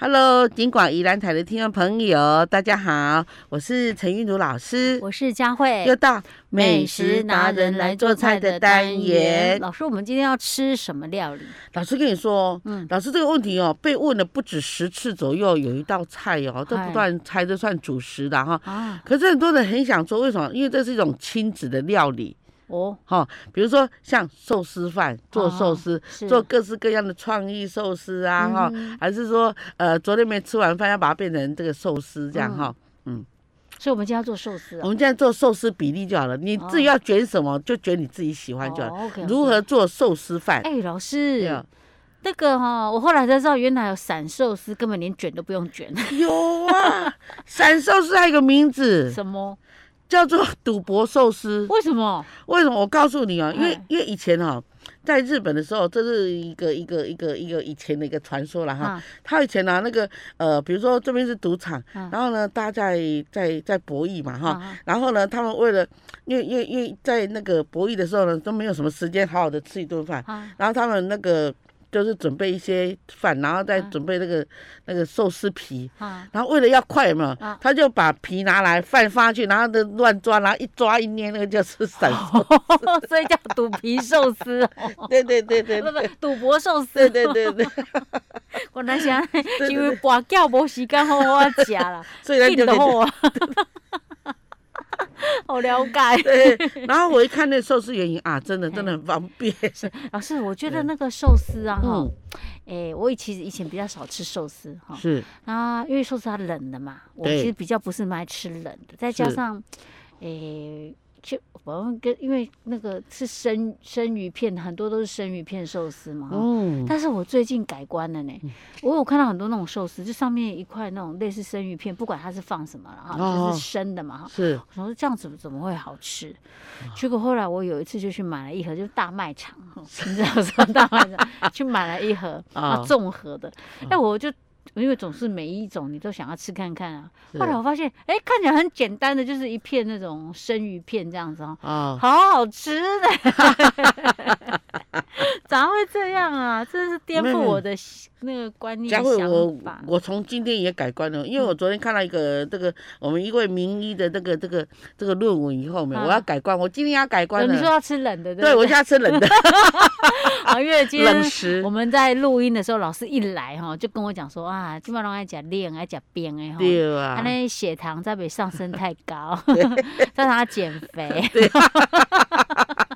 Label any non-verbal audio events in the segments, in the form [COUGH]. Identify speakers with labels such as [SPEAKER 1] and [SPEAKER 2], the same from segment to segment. [SPEAKER 1] Hello，金广宜兰台的听众朋友，大家好，我是陈韵如老师，
[SPEAKER 2] 我是佳慧，
[SPEAKER 1] 又到美食达人来做菜的单元。
[SPEAKER 2] 老师，我们今天要吃什么料理？
[SPEAKER 1] 老师跟你说，哦
[SPEAKER 2] 嗯
[SPEAKER 1] 老师这个问题哦，被问了不止十次左右，有一道菜哦，都
[SPEAKER 2] 嗨
[SPEAKER 1] 不断猜着算主食的哈。
[SPEAKER 2] 啊，
[SPEAKER 1] 可是很多人很想说，为什么？因为这是一种亲子的料理
[SPEAKER 2] 哦，
[SPEAKER 1] 哈、比如说像寿司饭，做寿司，
[SPEAKER 2] 是
[SPEAKER 1] 做各式各样的创意寿司啊哈、
[SPEAKER 2] 嗯哼
[SPEAKER 1] 还是说呃昨天没吃完饭要把它变成这个寿司这样哈、
[SPEAKER 2] 嗯所以我们今天要做寿司
[SPEAKER 1] 我
[SPEAKER 2] 啊。
[SPEAKER 1] 们现在做寿司比例就好了，你自己
[SPEAKER 2] 哦
[SPEAKER 1] 要卷什么就卷你自己喜欢就好。
[SPEAKER 2] o k
[SPEAKER 1] 如？何做寿司饭？
[SPEAKER 2] 哦哎，老
[SPEAKER 1] 对
[SPEAKER 2] 师
[SPEAKER 1] 啊，
[SPEAKER 2] 那个哈，我后来才知道，原来有散寿司，根本连卷都不用卷。
[SPEAKER 1] 有啊， [LAUGHS] 散寿司还有一个名字
[SPEAKER 2] [LAUGHS] 什么？
[SPEAKER 1] 叫做赌博寿司。
[SPEAKER 2] 为什么？
[SPEAKER 1] 为什么？我告诉你哦，因为
[SPEAKER 2] 哎
[SPEAKER 1] 因为以前哦，在日本的时候，这是一个一个一个一个以前的一个传说了哈。
[SPEAKER 2] 啊，
[SPEAKER 1] 他以前拿、那个呃，比如说这边是赌场，
[SPEAKER 2] 嗯
[SPEAKER 1] 然后呢，大家在在在博弈嘛哈。
[SPEAKER 2] 啊
[SPEAKER 1] 然后呢，他们为了，因为因为因为在那个博弈的时候呢，都没有什么时间好好的吃一顿饭，
[SPEAKER 2] 啊，
[SPEAKER 1] 然后他们那个就是准备一些饭，然后再
[SPEAKER 2] 啊
[SPEAKER 1] 准备那个、那个寿司皮。
[SPEAKER 2] 啊，
[SPEAKER 1] 然后为了要快嘛，
[SPEAKER 2] 啊
[SPEAKER 1] 他就把皮拿来饭放下去，然后就乱抓，然后一抓一捏，那个就是散寿。
[SPEAKER 2] [LAUGHS] 所以叫赌皮寿司哦，
[SPEAKER 1] 对对对
[SPEAKER 2] [LAUGHS]
[SPEAKER 1] 对
[SPEAKER 2] 不
[SPEAKER 1] 对
[SPEAKER 2] 不，赌博寿
[SPEAKER 1] 对
[SPEAKER 2] 司。
[SPEAKER 1] 对对
[SPEAKER 2] [LAUGHS]
[SPEAKER 1] 对，
[SPEAKER 2] 我那想
[SPEAKER 1] 对
[SPEAKER 2] 因为跋筊无时间好好食啦，
[SPEAKER 1] 所以他
[SPEAKER 2] 紧
[SPEAKER 1] 就
[SPEAKER 2] 就
[SPEAKER 1] 给
[SPEAKER 2] 好啊。
[SPEAKER 1] [LAUGHS]
[SPEAKER 2] 好了解，
[SPEAKER 1] 对。然后我一看那寿司原因啊，真的真的很方
[SPEAKER 2] [LAUGHS]
[SPEAKER 1] 便。
[SPEAKER 2] 老师，我觉得那个寿司啊，哈
[SPEAKER 1] 嗯，，
[SPEAKER 2] 哎，我以其实以前比较少吃寿司哈，
[SPEAKER 1] 是
[SPEAKER 2] 啊，因为寿司它冷的嘛，我
[SPEAKER 1] 对
[SPEAKER 2] 其实比较不是蛮爱吃冷的，再加
[SPEAKER 1] 是
[SPEAKER 2] 上，哎，就我们跟因为那个是生生鱼片，很多都是生鱼片寿司嘛，哈
[SPEAKER 1] 嗯，
[SPEAKER 2] 但是我最近改观了呢，我有看到很多那种寿司，就上面一块那种类似生鱼片，不管它是放什么了哈，
[SPEAKER 1] 哦
[SPEAKER 2] 就是生的嘛哈。
[SPEAKER 1] 是嗯
[SPEAKER 2] 我想说这样怎么怎么会好吃？
[SPEAKER 1] 啊
[SPEAKER 2] [LAUGHS] 结果后来我有一次就去买了一盒，就是大
[SPEAKER 1] [LAUGHS]
[SPEAKER 2] 卖场，哦你知道什么大卖场？去买了一盒啊
[SPEAKER 1] 啊
[SPEAKER 2] 综合的，哎我就。因为总是每一种你都想要吃看看啊，
[SPEAKER 1] 是
[SPEAKER 2] 后来我发现，哎、看起来很简单的，就是一片那种生鱼片这样子哦，
[SPEAKER 1] 啊，
[SPEAKER 2] [LAUGHS] 好好吃呢， [LAUGHS] 咋会这样啊？真是颠
[SPEAKER 1] 没
[SPEAKER 2] 覆
[SPEAKER 1] 有
[SPEAKER 2] 我的想那个观念
[SPEAKER 1] 佳慧，我
[SPEAKER 2] 想法。嗯
[SPEAKER 1] 我从今天也改观了，因为我昨天看到一个这个我们一位名医的这个这个这个论文以后没有，
[SPEAKER 2] 啊
[SPEAKER 1] 我要改观，我今天要改
[SPEAKER 2] 呃
[SPEAKER 1] 观
[SPEAKER 2] 你说
[SPEAKER 1] 了。
[SPEAKER 2] 要吃冷的，
[SPEAKER 1] 对，
[SPEAKER 2] 不
[SPEAKER 1] 我现在吃冷的
[SPEAKER 2] 啊，因为今天
[SPEAKER 1] 冷食
[SPEAKER 2] 我，们在录音的时候，老师一来哈，就跟我讲说啊，基本上爱讲练，爱讲冰哎哈，
[SPEAKER 1] 对
[SPEAKER 2] 他
[SPEAKER 1] 啊，
[SPEAKER 2] 那血糖在被上升太
[SPEAKER 1] [LAUGHS]
[SPEAKER 2] 高，再让他减肥。
[SPEAKER 1] 啊
[SPEAKER 2] [LAUGHS]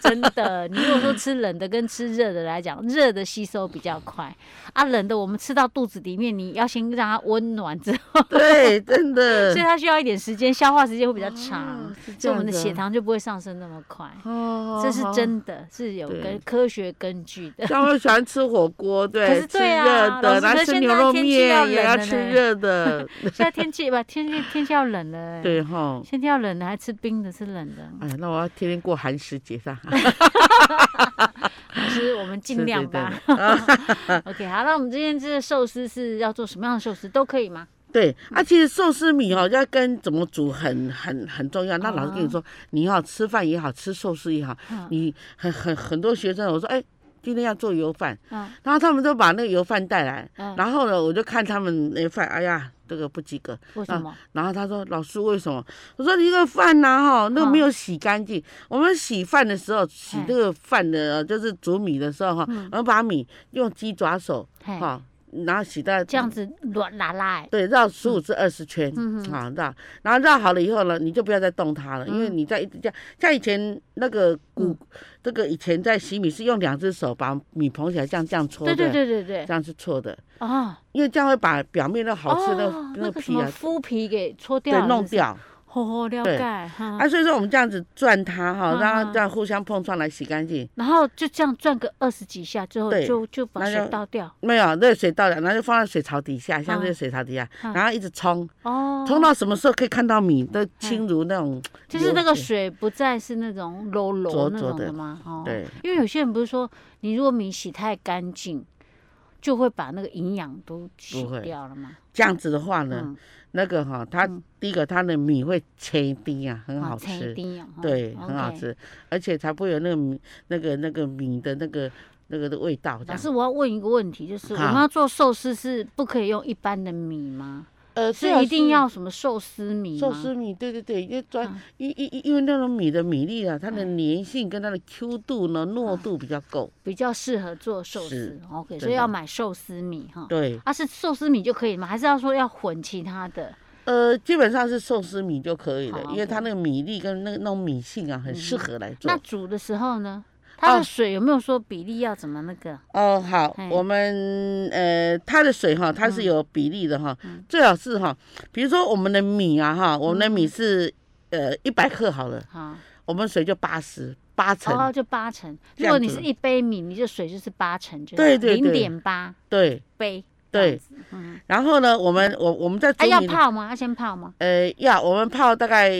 [SPEAKER 2] 真的，你如果说吃冷的跟吃热的来讲，热的吸收比较快啊，冷的我们吃到肚子里面，你要先让它温暖之后，
[SPEAKER 1] 对，真
[SPEAKER 2] [LAUGHS]
[SPEAKER 1] 的
[SPEAKER 2] 所以。它需要一点时间，消化时间会比较长
[SPEAKER 1] 嗯哦，是这
[SPEAKER 2] 所以
[SPEAKER 1] 样
[SPEAKER 2] 我们的
[SPEAKER 1] 子啊
[SPEAKER 2] 血糖就不会上升那么快。
[SPEAKER 1] 哦
[SPEAKER 2] 这是。
[SPEAKER 1] 好
[SPEAKER 2] 真的，是有
[SPEAKER 1] 对
[SPEAKER 2] 根科学根据的。
[SPEAKER 1] 像我喜欢吃火锅，
[SPEAKER 2] 可
[SPEAKER 1] 对，
[SPEAKER 2] 是
[SPEAKER 1] 吃
[SPEAKER 2] 对
[SPEAKER 1] 热
[SPEAKER 2] 啊老
[SPEAKER 1] 的，
[SPEAKER 2] 师
[SPEAKER 1] 然
[SPEAKER 2] 可
[SPEAKER 1] 后
[SPEAKER 2] 是
[SPEAKER 1] 吃
[SPEAKER 2] 现
[SPEAKER 1] 牛
[SPEAKER 2] 在
[SPEAKER 1] 肉
[SPEAKER 2] 天气要
[SPEAKER 1] 面也
[SPEAKER 2] 冷
[SPEAKER 1] 要
[SPEAKER 2] 了
[SPEAKER 1] 吃
[SPEAKER 2] 呢
[SPEAKER 1] 热的，
[SPEAKER 2] 现在天气吧，天气天气要冷了、欸，，
[SPEAKER 1] 对哈。
[SPEAKER 2] 现在要冷了，还吃冰的，吃冷的。
[SPEAKER 1] 哎，那我要天天过寒食节啦。
[SPEAKER 2] 其实我们尽量
[SPEAKER 1] [LAUGHS]
[SPEAKER 2] 吧。OK，好，那我们今天这个寿司是要做什么样的寿司都可以吗？
[SPEAKER 1] 对
[SPEAKER 2] 嗯
[SPEAKER 1] 啊，其实寿司米哦，要跟怎么煮很很很重要。那老师
[SPEAKER 2] 哦
[SPEAKER 1] 跟你说，你要吃饭也好，吃寿司也好，
[SPEAKER 2] 嗯
[SPEAKER 1] 你很很很多学生，我说哎。今天要做油饭，
[SPEAKER 2] 嗯
[SPEAKER 1] 然后他们就把那个油饭带来，
[SPEAKER 2] 嗯，
[SPEAKER 1] 然后呢，我就看他们那饭，哎呀，这个不及格。
[SPEAKER 2] 为什么？
[SPEAKER 1] 然后他说：“老师，为什么？”我说：“你那个饭呐，哈，那个
[SPEAKER 2] 嗯
[SPEAKER 1] 没有洗干净。我们洗饭的时候，洗
[SPEAKER 2] 哎
[SPEAKER 1] 这个饭的，就是煮米的时候哈，
[SPEAKER 2] 嗯
[SPEAKER 1] 然后把米用鸡爪手
[SPEAKER 2] 嘿，
[SPEAKER 1] 哈，然后洗到
[SPEAKER 2] 这样子软拉拉、欸，
[SPEAKER 1] 对，绕十五至二十圈，
[SPEAKER 2] 嗯哼
[SPEAKER 1] 啊绕，然后绕好了以后呢，你就不要再动它了，因为
[SPEAKER 2] 嗯
[SPEAKER 1] 你在一直这样，像以前那个古，这个以前在洗米是用两只手把米捧起来，这样这样搓的，
[SPEAKER 2] 对对对对对
[SPEAKER 1] 这，样是错的，
[SPEAKER 2] 啊，
[SPEAKER 1] 因为这样会把表面的好吃的、
[SPEAKER 2] 哦
[SPEAKER 1] 那
[SPEAKER 2] 那
[SPEAKER 1] 个
[SPEAKER 2] 个什
[SPEAKER 1] 皮
[SPEAKER 2] 么
[SPEAKER 1] 啊，
[SPEAKER 2] 麸皮给搓掉
[SPEAKER 1] 对
[SPEAKER 2] 了，，
[SPEAKER 1] 弄
[SPEAKER 2] 是不是，
[SPEAKER 1] 掉。
[SPEAKER 2] 哦，了
[SPEAKER 1] 对
[SPEAKER 2] 解哈。
[SPEAKER 1] 啊，所以说我们这样子转它哈，
[SPEAKER 2] 嗯
[SPEAKER 1] 让它
[SPEAKER 2] 嗯
[SPEAKER 1] 这样互相碰撞来洗干净。
[SPEAKER 2] 然后就这样转个二十几下之后，
[SPEAKER 1] 对
[SPEAKER 2] 就就把
[SPEAKER 1] 哎那
[SPEAKER 2] 水
[SPEAKER 1] 就
[SPEAKER 2] 倒掉。
[SPEAKER 1] 没有热水倒了，然后就放在水槽底下，像这
[SPEAKER 2] 嗯
[SPEAKER 1] 个水槽底下，
[SPEAKER 2] 嗯
[SPEAKER 1] 然后一直冲，
[SPEAKER 2] 哦，嗯
[SPEAKER 1] 冲到什么时候可以看到米都轻如那种，
[SPEAKER 2] 就是那个
[SPEAKER 1] 流
[SPEAKER 2] 水不再是那种柔柔
[SPEAKER 1] 浊
[SPEAKER 2] 那
[SPEAKER 1] 浊
[SPEAKER 2] 种
[SPEAKER 1] 的
[SPEAKER 2] 的吗？哦，
[SPEAKER 1] 对。
[SPEAKER 2] 因为有些人不是说，你如果米洗太干净，就会把那个营养都洗
[SPEAKER 1] 不会
[SPEAKER 2] 掉了嘛。
[SPEAKER 1] 这样子的话呢，
[SPEAKER 2] 嗯，
[SPEAKER 1] 那个哈、它
[SPEAKER 2] 嗯
[SPEAKER 1] 第一个它的米会切丁啊，很
[SPEAKER 2] 啊
[SPEAKER 1] 好
[SPEAKER 2] 菜一
[SPEAKER 1] 吃，
[SPEAKER 2] 定要哦
[SPEAKER 1] 对，很好
[SPEAKER 2] OK
[SPEAKER 1] 吃，而且才不会有那个米那个那个米的那个那个的味道这
[SPEAKER 2] 老
[SPEAKER 1] 样。
[SPEAKER 2] 师，我要问一个问题，就是我
[SPEAKER 1] 好
[SPEAKER 2] 们要做寿司是不可以用一般的米吗？
[SPEAKER 1] 呃，
[SPEAKER 2] 是
[SPEAKER 1] 虽然
[SPEAKER 2] 一定要什么寿司米
[SPEAKER 1] 寿
[SPEAKER 2] 吗？
[SPEAKER 1] 司米，对对对，因为专
[SPEAKER 2] 啊
[SPEAKER 1] 因因因因为那种米的米粒啊，它的
[SPEAKER 2] 嗯
[SPEAKER 1] 粘性跟它的 Q 度呢、糯度比较够。
[SPEAKER 2] 比较适合做寿司
[SPEAKER 1] 是
[SPEAKER 2] ，OK，
[SPEAKER 1] 真
[SPEAKER 2] 所以
[SPEAKER 1] 的
[SPEAKER 2] 要买寿司米哈。
[SPEAKER 1] 对，
[SPEAKER 2] 啊，是寿司米就可以吗？还是要说要混其他的？
[SPEAKER 1] 呃，基本上是寿司米就可以了，
[SPEAKER 2] 好
[SPEAKER 1] 因为它
[SPEAKER 2] OK 嗯
[SPEAKER 1] 那个米粒跟那个那种米性啊，很适合来做
[SPEAKER 2] 那。煮的时候呢，它
[SPEAKER 1] 啊
[SPEAKER 2] 的水有没有说比例要怎么那个？
[SPEAKER 1] 哦，好
[SPEAKER 2] 嘿，嗯
[SPEAKER 1] 我们呃，它的水哈，它是有比例的哈，最好是哈，比如说我们的米啊
[SPEAKER 2] 嗯
[SPEAKER 1] 哈，我们的米是呃一百克好了，
[SPEAKER 2] 好，
[SPEAKER 1] 我们水就八十八
[SPEAKER 2] 哦，
[SPEAKER 1] 成，
[SPEAKER 2] 就八成。
[SPEAKER 1] 这
[SPEAKER 2] 如果
[SPEAKER 1] 样
[SPEAKER 2] 你
[SPEAKER 1] 子
[SPEAKER 2] 是一杯米，你就水就是八成就好，
[SPEAKER 1] 对对
[SPEAKER 2] 零
[SPEAKER 1] 对
[SPEAKER 2] 点八
[SPEAKER 1] 对
[SPEAKER 2] 杯。这样
[SPEAKER 1] 对
[SPEAKER 2] 子，。嗯，
[SPEAKER 1] 然后呢，我们我我们在
[SPEAKER 2] 啊，
[SPEAKER 1] 煮
[SPEAKER 2] 要
[SPEAKER 1] 米的，
[SPEAKER 2] 泡吗？要先泡吗？
[SPEAKER 1] 呃，要我们泡大概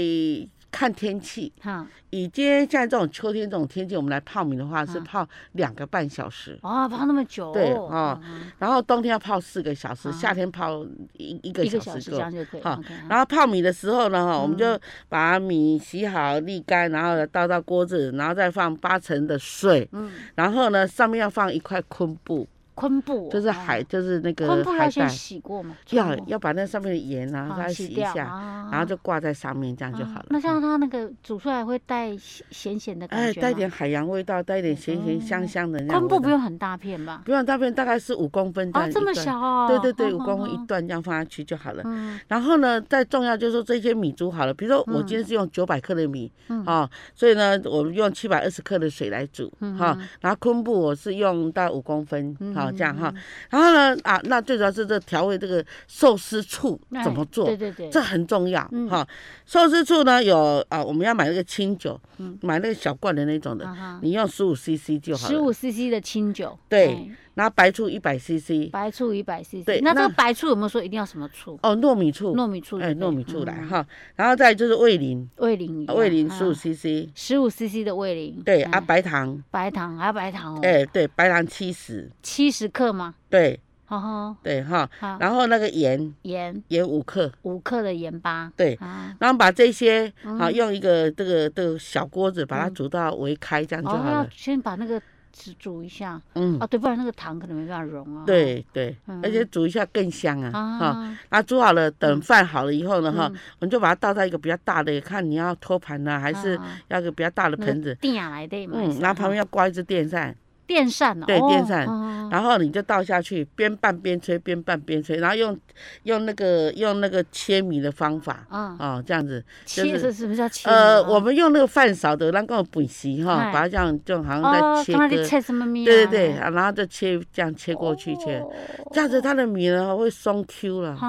[SPEAKER 1] 看天气，
[SPEAKER 2] 哈，
[SPEAKER 1] 以今天像这种秋天这种天气，我们来泡米的话是
[SPEAKER 2] 啊
[SPEAKER 1] 泡两个半小时。
[SPEAKER 2] 哦，泡那么久哦。
[SPEAKER 1] 对哦
[SPEAKER 2] 嗯，
[SPEAKER 1] 然后冬天要泡四个小时，
[SPEAKER 2] 啊
[SPEAKER 1] 夏天泡一一个
[SPEAKER 2] 一个
[SPEAKER 1] 小
[SPEAKER 2] 小时
[SPEAKER 1] 时
[SPEAKER 2] 这
[SPEAKER 1] 够。
[SPEAKER 2] 样就可以。
[SPEAKER 1] 好
[SPEAKER 2] OK，好
[SPEAKER 1] 然后泡米的时候呢，哈，我们
[SPEAKER 2] 嗯
[SPEAKER 1] 就把米洗好、沥干，然后倒到锅子，然后再放八成的水，
[SPEAKER 2] 嗯，
[SPEAKER 1] 然后呢，上面要放一块昆布，
[SPEAKER 2] 昆布哦
[SPEAKER 1] 就是
[SPEAKER 2] 哦
[SPEAKER 1] 海，就是那个
[SPEAKER 2] 昆布
[SPEAKER 1] 海
[SPEAKER 2] 要先
[SPEAKER 1] 带，
[SPEAKER 2] 洗过吗？
[SPEAKER 1] 要
[SPEAKER 2] 冲过
[SPEAKER 1] 要把那上面的盐啊，
[SPEAKER 2] 啊
[SPEAKER 1] 它洗
[SPEAKER 2] 洗
[SPEAKER 1] 一
[SPEAKER 2] 掉
[SPEAKER 1] 下，
[SPEAKER 2] 啊
[SPEAKER 1] 然后就挂在上面，这样就
[SPEAKER 2] 啊
[SPEAKER 1] 好了。嗯
[SPEAKER 2] 那像它那个煮出来会带咸咸咸的感
[SPEAKER 1] 哎，
[SPEAKER 2] 觉
[SPEAKER 1] 带
[SPEAKER 2] 吗嗯
[SPEAKER 1] 点海洋味道，带点咸咸香香的那样
[SPEAKER 2] 昆
[SPEAKER 1] 味道。
[SPEAKER 2] 布不用很大片吧？
[SPEAKER 1] 不用大片，大概是五公分这
[SPEAKER 2] 啊，
[SPEAKER 1] 样一
[SPEAKER 2] 这么
[SPEAKER 1] 段。
[SPEAKER 2] 小哦。
[SPEAKER 1] 对对对，
[SPEAKER 2] 哼
[SPEAKER 1] 五公分一。
[SPEAKER 2] 哼哼
[SPEAKER 1] 段这样放下去就好了。
[SPEAKER 2] 嗯，
[SPEAKER 1] 然后呢，再重要就是说这些米煮好了，比如说我今天是用九百克的米，
[SPEAKER 2] 嗯
[SPEAKER 1] 哦，所以呢，我们用七百二十克的水来煮，
[SPEAKER 2] 嗯
[SPEAKER 1] 哈、
[SPEAKER 2] 哼
[SPEAKER 1] 然后昆布我是用到五公分，好、
[SPEAKER 2] 嗯
[SPEAKER 1] 这样哈、然后呢，啊，那最主要是这调味这个寿司醋
[SPEAKER 2] 哎
[SPEAKER 1] 怎么做？
[SPEAKER 2] 对对对，
[SPEAKER 1] 这很重要
[SPEAKER 2] 嗯
[SPEAKER 1] 哈，寿司醋呢有啊，我们要买那个清酒，
[SPEAKER 2] 嗯
[SPEAKER 1] 买那个小罐的那种的，
[SPEAKER 2] 啊
[SPEAKER 1] 你用十五 CC 就好
[SPEAKER 2] 十
[SPEAKER 1] 了。
[SPEAKER 2] 五 CC 的清酒，
[SPEAKER 1] 对
[SPEAKER 2] 哎，
[SPEAKER 1] 然后白醋一百 CC，
[SPEAKER 2] 白醋一百 CC。
[SPEAKER 1] 对
[SPEAKER 2] 那这
[SPEAKER 1] 那
[SPEAKER 2] 个白醋有没有说一定要什么醋？
[SPEAKER 1] 哦，糯米醋，
[SPEAKER 2] 糯米醋就
[SPEAKER 1] 哎，
[SPEAKER 2] 对了，
[SPEAKER 1] 糯米醋来
[SPEAKER 2] 嗯，啊
[SPEAKER 1] 哈，然后再就是味淋，
[SPEAKER 2] 味淋一样，嗯
[SPEAKER 1] 味淋十五 CC，
[SPEAKER 2] 十五 CC 的味淋，
[SPEAKER 1] 对
[SPEAKER 2] 哎
[SPEAKER 1] 啊，白糖，
[SPEAKER 2] 白糖还有白糖哦，
[SPEAKER 1] 哎，对，白糖七十，
[SPEAKER 2] 七十克吗？
[SPEAKER 1] 对
[SPEAKER 2] 哦吼，
[SPEAKER 1] 对哈，
[SPEAKER 2] 好，
[SPEAKER 1] 然后那个盐
[SPEAKER 2] 盐
[SPEAKER 1] 盐五克，
[SPEAKER 2] 五克的盐巴，
[SPEAKER 1] 对，
[SPEAKER 2] 啊，
[SPEAKER 1] 然后把这些
[SPEAKER 2] 嗯
[SPEAKER 1] 好用一个这个这个小锅子把它煮到微开，这样就
[SPEAKER 2] 哦，
[SPEAKER 1] 好
[SPEAKER 2] 要
[SPEAKER 1] 了，
[SPEAKER 2] 先把那个煮煮一下，
[SPEAKER 1] 嗯
[SPEAKER 2] 啊，，对，不然那个糖可能没办法溶啊，
[SPEAKER 1] 对对
[SPEAKER 2] 嗯，
[SPEAKER 1] 而且煮一下更香啊，哈。
[SPEAKER 2] 啊，嗯
[SPEAKER 1] 那煮好了，等饭好了以后呢，哈，我们就把它倒在一个比较大的，看你要托盘呢，还是
[SPEAKER 2] 啊
[SPEAKER 1] 要一个比较大的
[SPEAKER 2] 那
[SPEAKER 1] 盆
[SPEAKER 2] 个
[SPEAKER 1] 子，
[SPEAKER 2] 定下来的嘛，还
[SPEAKER 1] 嗯，
[SPEAKER 2] 是啊哦
[SPEAKER 1] 然后旁边要挂一支电扇，
[SPEAKER 2] 电扇哦，
[SPEAKER 1] 对
[SPEAKER 2] 哦
[SPEAKER 1] 电扇
[SPEAKER 2] 哦
[SPEAKER 1] 然后你就倒下去，边拌边吹，边拌边吹，然后用用那个用那个切米的方法
[SPEAKER 2] 嗯，
[SPEAKER 1] 哦，这样子。就
[SPEAKER 2] 切
[SPEAKER 1] 是
[SPEAKER 2] 是什么叫切呢？
[SPEAKER 1] 呃，
[SPEAKER 2] 哦
[SPEAKER 1] 我们用那个饭勺的那个本席哈
[SPEAKER 2] 哎，
[SPEAKER 1] 把它这样就好像在
[SPEAKER 2] 哦，
[SPEAKER 1] 切
[SPEAKER 2] 刚才
[SPEAKER 1] 割，
[SPEAKER 2] 你切什么米啊？
[SPEAKER 1] 对对对，啊然后就切这样切过去切，
[SPEAKER 2] 哦
[SPEAKER 1] 这样子它的米呢会松 Q 了，
[SPEAKER 2] 啊，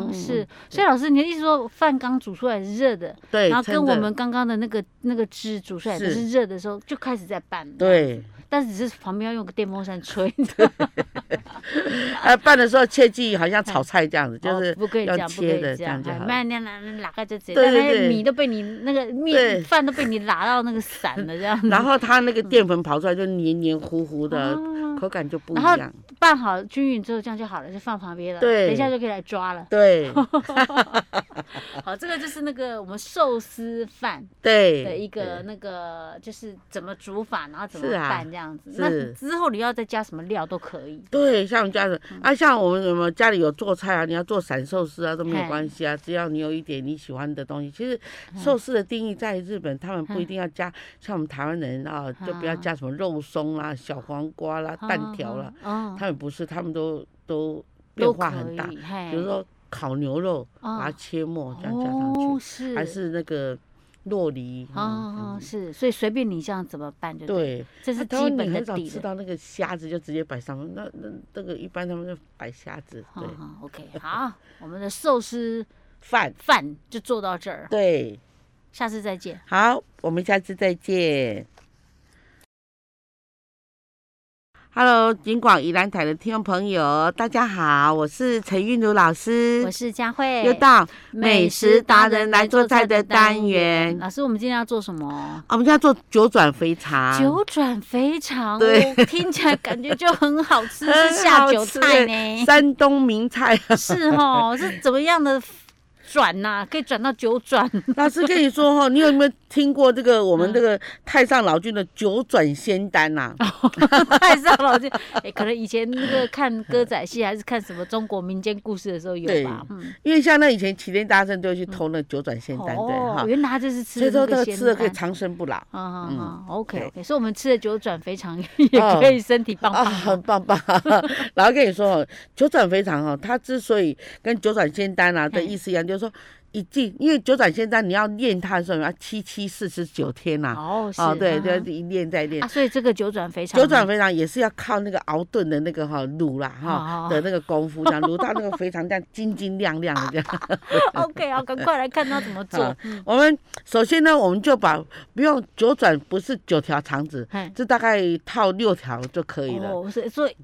[SPEAKER 1] 嗯嗯
[SPEAKER 2] 是
[SPEAKER 1] 嗯，
[SPEAKER 2] 所以老师，你的意思说饭刚煮出来是热的，
[SPEAKER 1] 对，
[SPEAKER 2] 然后跟
[SPEAKER 1] 真
[SPEAKER 2] 我
[SPEAKER 1] 的
[SPEAKER 2] 们刚刚的那个那个汁煮出来的
[SPEAKER 1] 是
[SPEAKER 2] 是热的时候，就开始在拌了。 [LAUGHS]
[SPEAKER 1] 对，
[SPEAKER 2] 但是只是旁边要用个电风扇吹，
[SPEAKER 1] 呃，拌的时候切记好像炒菜这样子， [LAUGHS] 就
[SPEAKER 2] 哦
[SPEAKER 1] 是
[SPEAKER 2] 不可以这
[SPEAKER 1] 要
[SPEAKER 2] 样，不可
[SPEAKER 1] 切
[SPEAKER 2] 以
[SPEAKER 1] 的
[SPEAKER 2] 这
[SPEAKER 1] 这
[SPEAKER 2] 样
[SPEAKER 1] 样，就
[SPEAKER 2] 哎
[SPEAKER 1] 好了
[SPEAKER 2] 慢点拉拉开就直接，
[SPEAKER 1] 对
[SPEAKER 2] 但
[SPEAKER 1] 对
[SPEAKER 2] 那
[SPEAKER 1] 对
[SPEAKER 2] 米都被你
[SPEAKER 1] [LAUGHS]
[SPEAKER 2] 那个面
[SPEAKER 1] 对
[SPEAKER 2] 饭都被你拉到那个散了这样子。
[SPEAKER 1] 然后它那个淀粉跑出来就黏黏糊糊的，
[SPEAKER 2] 啊
[SPEAKER 1] 口感就不一
[SPEAKER 2] 然后
[SPEAKER 1] 样。
[SPEAKER 2] 拌好均匀之后，这样就好了，就放旁边了。
[SPEAKER 1] 对
[SPEAKER 2] 等一下就可以来抓了。 [LAUGHS]
[SPEAKER 1] 对
[SPEAKER 2] 好，这个就是那个我们寿司饭
[SPEAKER 1] 对
[SPEAKER 2] 的一
[SPEAKER 1] 对
[SPEAKER 2] 个那个，就是怎么煮法，然后怎么
[SPEAKER 1] 是啊
[SPEAKER 2] 拌这样子。
[SPEAKER 1] 是
[SPEAKER 2] 那之后你要再加什么料都可以。
[SPEAKER 1] 对，像家人
[SPEAKER 2] 嗯
[SPEAKER 1] 啊，像我们什么家里有做菜啊，你要做散寿司啊都没
[SPEAKER 2] 嗨
[SPEAKER 1] 有关系啊，只要你有一点你喜欢的东西。其实
[SPEAKER 2] 嗯
[SPEAKER 1] 寿司的定义在日本，他们不一定要加，像我们台湾人啊，就不要
[SPEAKER 2] 啊
[SPEAKER 1] 加什么肉松啦、小黄瓜啦、蛋条啦，
[SPEAKER 2] 嗯，嗯，
[SPEAKER 1] 他们不是，他们都都变
[SPEAKER 2] 都
[SPEAKER 1] 化
[SPEAKER 2] 可
[SPEAKER 1] 很
[SPEAKER 2] 以。
[SPEAKER 1] 大。
[SPEAKER 2] 比
[SPEAKER 1] 比如说烤牛肉，把它
[SPEAKER 2] 啊
[SPEAKER 1] 切末这样加上
[SPEAKER 2] 哦
[SPEAKER 1] 去，
[SPEAKER 2] 是
[SPEAKER 1] 还是那个洛梨
[SPEAKER 2] 啊啊
[SPEAKER 1] 啊。
[SPEAKER 2] 是，所以随便你这样怎么办就，
[SPEAKER 1] 对，
[SPEAKER 2] 这是
[SPEAKER 1] 那台湾
[SPEAKER 2] 基
[SPEAKER 1] 啊你
[SPEAKER 2] 本的
[SPEAKER 1] 很少
[SPEAKER 2] 底
[SPEAKER 1] 吃
[SPEAKER 2] 了。
[SPEAKER 1] 到那个虾子就直接摆上面，那那那个一般他们就摆虾子，
[SPEAKER 2] 好
[SPEAKER 1] 对，
[SPEAKER 2] 好，OK，好，我们的寿司
[SPEAKER 1] 饭，
[SPEAKER 2] 饭就做到这儿，
[SPEAKER 1] 对，嗯
[SPEAKER 2] 下次再见。
[SPEAKER 1] 好，我们下次再见。Hello，金广宜兰台的听众朋友，大家好，我是陈韵如老师
[SPEAKER 2] 我，是佳慧，
[SPEAKER 1] 又到美食达人来做菜的单元
[SPEAKER 2] 老师，我们今天要做什么？
[SPEAKER 1] 啊我们要做九转肥肠，
[SPEAKER 2] 九转肥肠，
[SPEAKER 1] 对
[SPEAKER 2] 我听起来感觉就很好吃，
[SPEAKER 1] [LAUGHS] 很
[SPEAKER 2] 是下
[SPEAKER 1] 好
[SPEAKER 2] 酒
[SPEAKER 1] 吃
[SPEAKER 2] 菜
[SPEAKER 1] 欸
[SPEAKER 2] 呢。
[SPEAKER 1] 山东名菜，
[SPEAKER 2] 是哦，是怎么样的转呐、可以转到九转。
[SPEAKER 1] [LAUGHS] 老师跟你说哈，你有没有听过这个
[SPEAKER 2] 嗯
[SPEAKER 1] 我们这个太上老君的九转仙丹呐、
[SPEAKER 2] 哦 [LAUGHS] 太上老君，哎、可能以前那个看歌仔戏还是看什么中国民间故事的时候有吧？嗯，
[SPEAKER 1] 因为像那以前齐天大圣都会去偷那九转仙丹，对哈，
[SPEAKER 2] 哦原来他就是吃
[SPEAKER 1] 所以说
[SPEAKER 2] 的
[SPEAKER 1] 这
[SPEAKER 2] 那个
[SPEAKER 1] 个
[SPEAKER 2] 仙
[SPEAKER 1] 吃了可以
[SPEAKER 2] 丹
[SPEAKER 1] 长生不老
[SPEAKER 2] 啊啊啊！OK
[SPEAKER 1] 对
[SPEAKER 2] OK，所以我们吃的九转肥肠也可以身体棒
[SPEAKER 1] 啊，
[SPEAKER 2] 棒
[SPEAKER 1] 很
[SPEAKER 2] 的。
[SPEAKER 1] 棒棒。 [LAUGHS] 然后跟你说哦，九转肥肠哦，它之所以跟九转仙丹啊的
[SPEAKER 2] 嘿
[SPEAKER 1] 意思一样，就是说一剂，因为九转仙丹你要练它的时候要七七四十九天呐、
[SPEAKER 2] 哦，是
[SPEAKER 1] 啊，对，
[SPEAKER 2] 啊
[SPEAKER 1] 就一练再练
[SPEAKER 2] 啊，。所以这个九转肥肠，
[SPEAKER 1] 九转肥肠也是要靠那个熬炖的那个哈卤啦哈
[SPEAKER 2] 哦
[SPEAKER 1] 的那个功夫，这样卤到那个肥肠这样晶晶亮亮的这
[SPEAKER 2] [LAUGHS]
[SPEAKER 1] 样。
[SPEAKER 2] [LAUGHS] OK 啊，赶快来看他怎么
[SPEAKER 1] [LAUGHS]
[SPEAKER 2] 做嗯
[SPEAKER 1] 啊。我们首先呢，我们就把不用九转，不是九条肠子
[SPEAKER 2] 嘿，
[SPEAKER 1] 这大概套六条就可以了。
[SPEAKER 2] 哦，是所以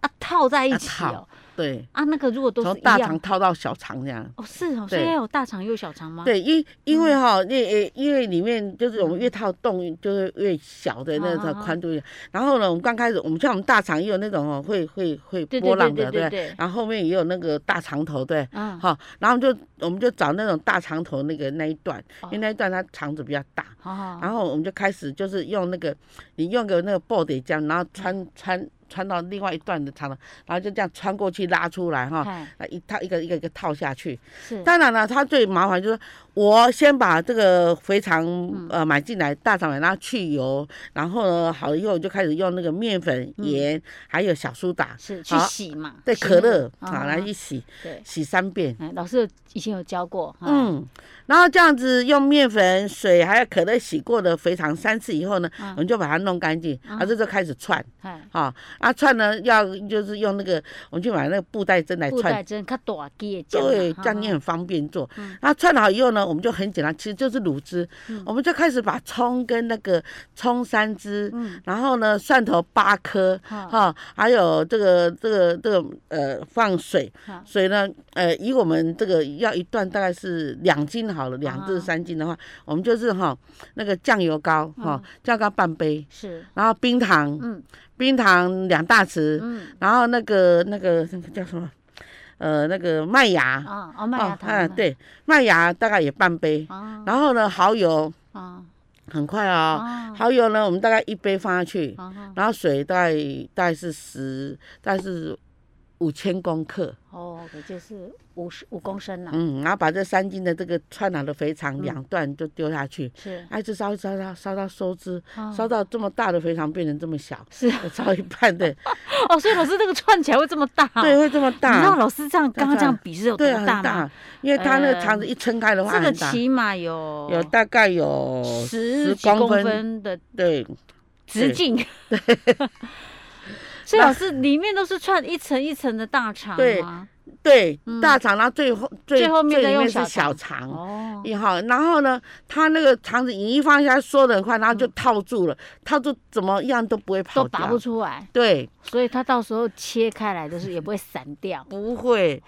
[SPEAKER 2] 啊，套在一起
[SPEAKER 1] 啊
[SPEAKER 2] 哦
[SPEAKER 1] 套。对，
[SPEAKER 2] 啊，那个如果都
[SPEAKER 1] 从
[SPEAKER 2] 是一
[SPEAKER 1] 大肠
[SPEAKER 2] 样，
[SPEAKER 1] 套到小肠这样。
[SPEAKER 2] 哦，是哦，所
[SPEAKER 1] 对
[SPEAKER 2] 以要有大肠又小肠吗？
[SPEAKER 1] 对，因因为哈，那呃，因为里面就是我们越套洞就是越小的那
[SPEAKER 2] 啊
[SPEAKER 1] 个
[SPEAKER 2] 啊啊
[SPEAKER 1] 宽度越，然后呢，我们刚开始我们像我们大肠也有那种哦，会会会
[SPEAKER 2] 对
[SPEAKER 1] 波
[SPEAKER 2] 对
[SPEAKER 1] 浪
[SPEAKER 2] 对
[SPEAKER 1] 的，
[SPEAKER 2] 对
[SPEAKER 1] 对不对，
[SPEAKER 2] 对，
[SPEAKER 1] 然后后面也有那个大肠头，对，
[SPEAKER 2] 嗯，
[SPEAKER 1] 好，然后我们就我们就找那种大肠头那个那一段，因为
[SPEAKER 2] 哦
[SPEAKER 1] 那一段它肠子比较大，
[SPEAKER 2] 好好好
[SPEAKER 1] 然后我们就开始就是用那个你用个那个 b o d 这样，然后
[SPEAKER 2] 嗯
[SPEAKER 1] 穿穿穿到另外一段的肠头，然后就这样穿过去拉出来哈，
[SPEAKER 2] 嗨嗯
[SPEAKER 1] 那一套一个一个一个套下去，
[SPEAKER 2] 是，
[SPEAKER 1] 当然了，它最麻烦就是我先把这个肥肠
[SPEAKER 2] 嗯
[SPEAKER 1] 呃买进来，大肠买，然后去油，然后呢好了以后我就开始用那个面粉、
[SPEAKER 2] 嗯
[SPEAKER 1] 盐还有小苏打，
[SPEAKER 2] 是去
[SPEAKER 1] 好
[SPEAKER 2] 洗嘛，
[SPEAKER 1] 对
[SPEAKER 2] 洗
[SPEAKER 1] 可
[SPEAKER 2] 那个
[SPEAKER 1] 乐
[SPEAKER 2] 嗯
[SPEAKER 1] 啊来一洗
[SPEAKER 2] 对，
[SPEAKER 1] 洗三遍。
[SPEAKER 2] 哎，老师有以前有教过，哎，
[SPEAKER 1] 嗯，然后这样子用面粉、水还有可乐洗过的肥肠三次以后呢，
[SPEAKER 2] 嗯
[SPEAKER 1] 我们就把它弄干净，然后这就开始串
[SPEAKER 2] 哎，
[SPEAKER 1] 啊。啊串呢要就是用那个，我们就买那个布袋针来
[SPEAKER 2] 布
[SPEAKER 1] 串
[SPEAKER 2] 袋针较大支的酱嘛，
[SPEAKER 1] 哎对，
[SPEAKER 2] 哈
[SPEAKER 1] 这样你
[SPEAKER 2] 哈嗯
[SPEAKER 1] 很方便做。那串好以后呢，我们就很简单，其实就是卤汁，我们就开始把葱跟那个葱三只，然后呢蒜头八颗，
[SPEAKER 2] 嗯哈
[SPEAKER 1] 哈，还有这个这个这个呃放水
[SPEAKER 2] 好，
[SPEAKER 1] 水呢呃以我们这个要一段大概是两斤好了，两至
[SPEAKER 2] 啊
[SPEAKER 1] 三斤的话，我们就是哈那个酱油膏哈
[SPEAKER 2] 嗯，
[SPEAKER 1] 酱油膏半杯，
[SPEAKER 2] 是，
[SPEAKER 1] 然后冰糖，
[SPEAKER 2] 嗯
[SPEAKER 1] 冰糖两大匙，
[SPEAKER 2] 嗯
[SPEAKER 1] 然后那个那个那个叫什么？呃，那个麦芽，
[SPEAKER 2] 啊，哦，麦芽糖，
[SPEAKER 1] 嗯，，对，麦芽大概也半杯，
[SPEAKER 2] 啊
[SPEAKER 1] 然后呢，蚝油
[SPEAKER 2] 啊
[SPEAKER 1] 很快啊、
[SPEAKER 2] 啊
[SPEAKER 1] 蚝油呢，我们大概一杯放下去，
[SPEAKER 2] 啊，
[SPEAKER 1] 然后水大概大概是十，大概是五千公克，
[SPEAKER 2] 哦，也就是五十五公升啦，
[SPEAKER 1] 嗯，然后把这三斤的这个串好的肥肠
[SPEAKER 2] 嗯
[SPEAKER 1] 两段就丢下去，
[SPEAKER 2] 是，
[SPEAKER 1] 哎，就烧烧烧烧到收汁，
[SPEAKER 2] 啊
[SPEAKER 1] 烧到这么大的肥肠变成这么
[SPEAKER 2] [LAUGHS]
[SPEAKER 1] 小，
[SPEAKER 2] 是，
[SPEAKER 1] 烧一半，对
[SPEAKER 2] 哦，所以老师这个串起来会这么大，
[SPEAKER 1] 对，，会这么
[SPEAKER 2] 哦你知道
[SPEAKER 1] 大，
[SPEAKER 2] 老师这样刚刚这样比是有多
[SPEAKER 1] 对，啊很
[SPEAKER 2] 大吗？
[SPEAKER 1] 大，因为它那个
[SPEAKER 2] 呃
[SPEAKER 1] 肠子一撑开的话
[SPEAKER 2] 这个
[SPEAKER 1] 很大，
[SPEAKER 2] 起码有
[SPEAKER 1] 有大概有
[SPEAKER 2] 十几
[SPEAKER 1] 10
[SPEAKER 2] 公分的
[SPEAKER 1] 对。
[SPEAKER 2] 直
[SPEAKER 1] [LAUGHS]
[SPEAKER 2] 径。所以老师里面都是串一层一层的大肠
[SPEAKER 1] 对
[SPEAKER 2] 吗？
[SPEAKER 1] 对，
[SPEAKER 2] 嗯
[SPEAKER 1] 大肠，然后最后最
[SPEAKER 2] 最后面再
[SPEAKER 1] 最里
[SPEAKER 2] 用
[SPEAKER 1] 面
[SPEAKER 2] 小
[SPEAKER 1] 是小
[SPEAKER 2] 肠
[SPEAKER 1] 肠。
[SPEAKER 2] 哦，
[SPEAKER 1] 也好，然后呢，它那个肠子你一放下缩的很快，然后就套住了，套住怎么样都不会跑
[SPEAKER 2] 嗯都
[SPEAKER 1] 掉，
[SPEAKER 2] 拔不出来，
[SPEAKER 1] 对，
[SPEAKER 2] 所以它到时候切开来的时候也不会散
[SPEAKER 1] [LAUGHS]
[SPEAKER 2] 掉。
[SPEAKER 1] 不会。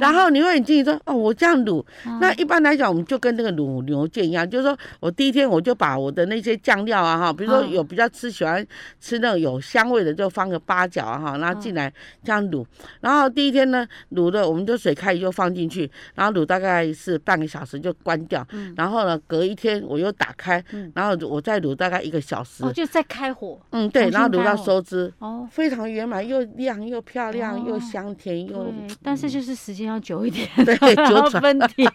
[SPEAKER 1] 然后你会很惊讶说，哦，我这样卤，那
[SPEAKER 2] 嗯
[SPEAKER 1] 一般来讲，我们就跟那个卤牛腱一样，就是说我第一天我就把我的那些酱料啊哈，比如说
[SPEAKER 2] 嗯
[SPEAKER 1] 有比较吃喜欢吃那种有香味的，就放个八角啊哈，
[SPEAKER 2] 嗯
[SPEAKER 1] 然后进来这样卤。然后第一天呢，卤的我们就水开就放进去，然后卤大概是半个小时就关掉。
[SPEAKER 2] 嗯
[SPEAKER 1] 然后呢，隔一天我又打开
[SPEAKER 2] 嗯，
[SPEAKER 1] 然后我再卤大概一个小时
[SPEAKER 2] 哦，。就再开火
[SPEAKER 1] 嗯，对，
[SPEAKER 2] 重新
[SPEAKER 1] 然后卤
[SPEAKER 2] 开
[SPEAKER 1] 到
[SPEAKER 2] 火
[SPEAKER 1] 收汁，
[SPEAKER 2] 哦。
[SPEAKER 1] 非常圆满，又亮又漂亮，又
[SPEAKER 2] 哦
[SPEAKER 1] 香甜又。
[SPEAKER 2] 对，但是就是时间要久一点，
[SPEAKER 1] 嗯对
[SPEAKER 2] 要
[SPEAKER 1] 九转
[SPEAKER 2] 分
[SPEAKER 1] [LAUGHS]
[SPEAKER 2] 天，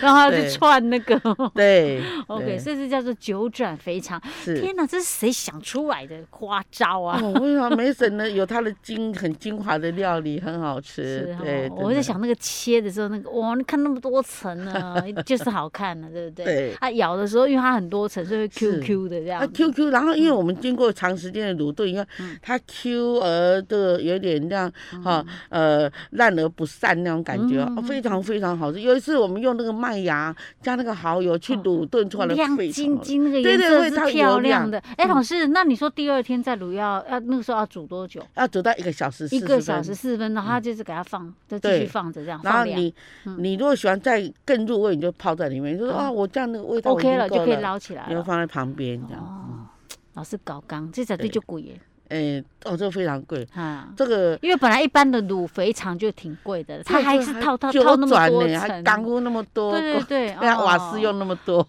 [SPEAKER 2] 然后要去
[SPEAKER 1] 对
[SPEAKER 2] 串那个。
[SPEAKER 1] 对
[SPEAKER 2] OK，
[SPEAKER 1] 对
[SPEAKER 2] 这是叫做九转肥肠。
[SPEAKER 1] 是。 [LAUGHS]
[SPEAKER 2] 天哪，这是谁想出来的花招啊？
[SPEAKER 1] 哦，为什么梅婶呢？有 [LAUGHS] 它的精很精华的料理，很好吃
[SPEAKER 2] 是。哈
[SPEAKER 1] 对，，
[SPEAKER 2] 我
[SPEAKER 1] 真
[SPEAKER 2] 在
[SPEAKER 1] 的，
[SPEAKER 2] 想那个切的时候，那个哇，你看那么多层呢，就是好看了，对不
[SPEAKER 1] [LAUGHS]
[SPEAKER 2] 对？
[SPEAKER 1] 对
[SPEAKER 2] 它咬的时候，因为它很多层，所以会
[SPEAKER 1] 是
[SPEAKER 2] Q Q 的这
[SPEAKER 1] 它
[SPEAKER 2] 样子。
[SPEAKER 1] Q Q，然后因为我们经过长时间的卤炖，你看
[SPEAKER 2] 嗯
[SPEAKER 1] 它 Q 而这个有点那样哈呃烂而不散那种感觉，
[SPEAKER 2] 嗯嗯嗯
[SPEAKER 1] 哦非常非常好吃。有一次我们用那个麦芽加那个蚝油去
[SPEAKER 2] 哦
[SPEAKER 1] 卤炖出来的，
[SPEAKER 2] 亮
[SPEAKER 1] 非常
[SPEAKER 2] 晶
[SPEAKER 1] 好吃。
[SPEAKER 2] 晶，那个
[SPEAKER 1] 对
[SPEAKER 2] 颜
[SPEAKER 1] 对
[SPEAKER 2] 色
[SPEAKER 1] 会它
[SPEAKER 2] 是
[SPEAKER 1] 油
[SPEAKER 2] 漂
[SPEAKER 1] 亮
[SPEAKER 2] 亮的。哎，老师，那你说第二天再卤要要那个时候要煮多久？
[SPEAKER 1] 要煮到一个小时，
[SPEAKER 2] 一个小时
[SPEAKER 1] 40分。
[SPEAKER 2] 四十分钟，然后它就是给它放，就继续
[SPEAKER 1] 对
[SPEAKER 2] 放着这样
[SPEAKER 1] 然后
[SPEAKER 2] 放凉
[SPEAKER 1] 你你如果喜欢再更入味，你就泡在里面。你就说
[SPEAKER 2] 嗯
[SPEAKER 1] 啊，我这样的味道我已
[SPEAKER 2] ，OK
[SPEAKER 1] 经
[SPEAKER 2] 了
[SPEAKER 1] 够
[SPEAKER 2] 就可以捞起来
[SPEAKER 1] 你就
[SPEAKER 2] 了。
[SPEAKER 1] 放在旁边这样。
[SPEAKER 2] 哦，老师搞刚，这才对就贵耶。
[SPEAKER 1] 哎，哦，这非常贵，
[SPEAKER 2] 啊。
[SPEAKER 1] 这个
[SPEAKER 2] 因为本来一般的卤肥肠就挺贵的，它
[SPEAKER 1] 这
[SPEAKER 2] 还
[SPEAKER 1] 个
[SPEAKER 2] 是套套
[SPEAKER 1] 九
[SPEAKER 2] 套那么
[SPEAKER 1] 转
[SPEAKER 2] 多
[SPEAKER 1] 呢，还
[SPEAKER 2] 层，
[SPEAKER 1] 干锅那么多，
[SPEAKER 2] 对对对，
[SPEAKER 1] [LAUGHS] 对啊，瓦
[SPEAKER 2] 哦
[SPEAKER 1] 斯用那么多，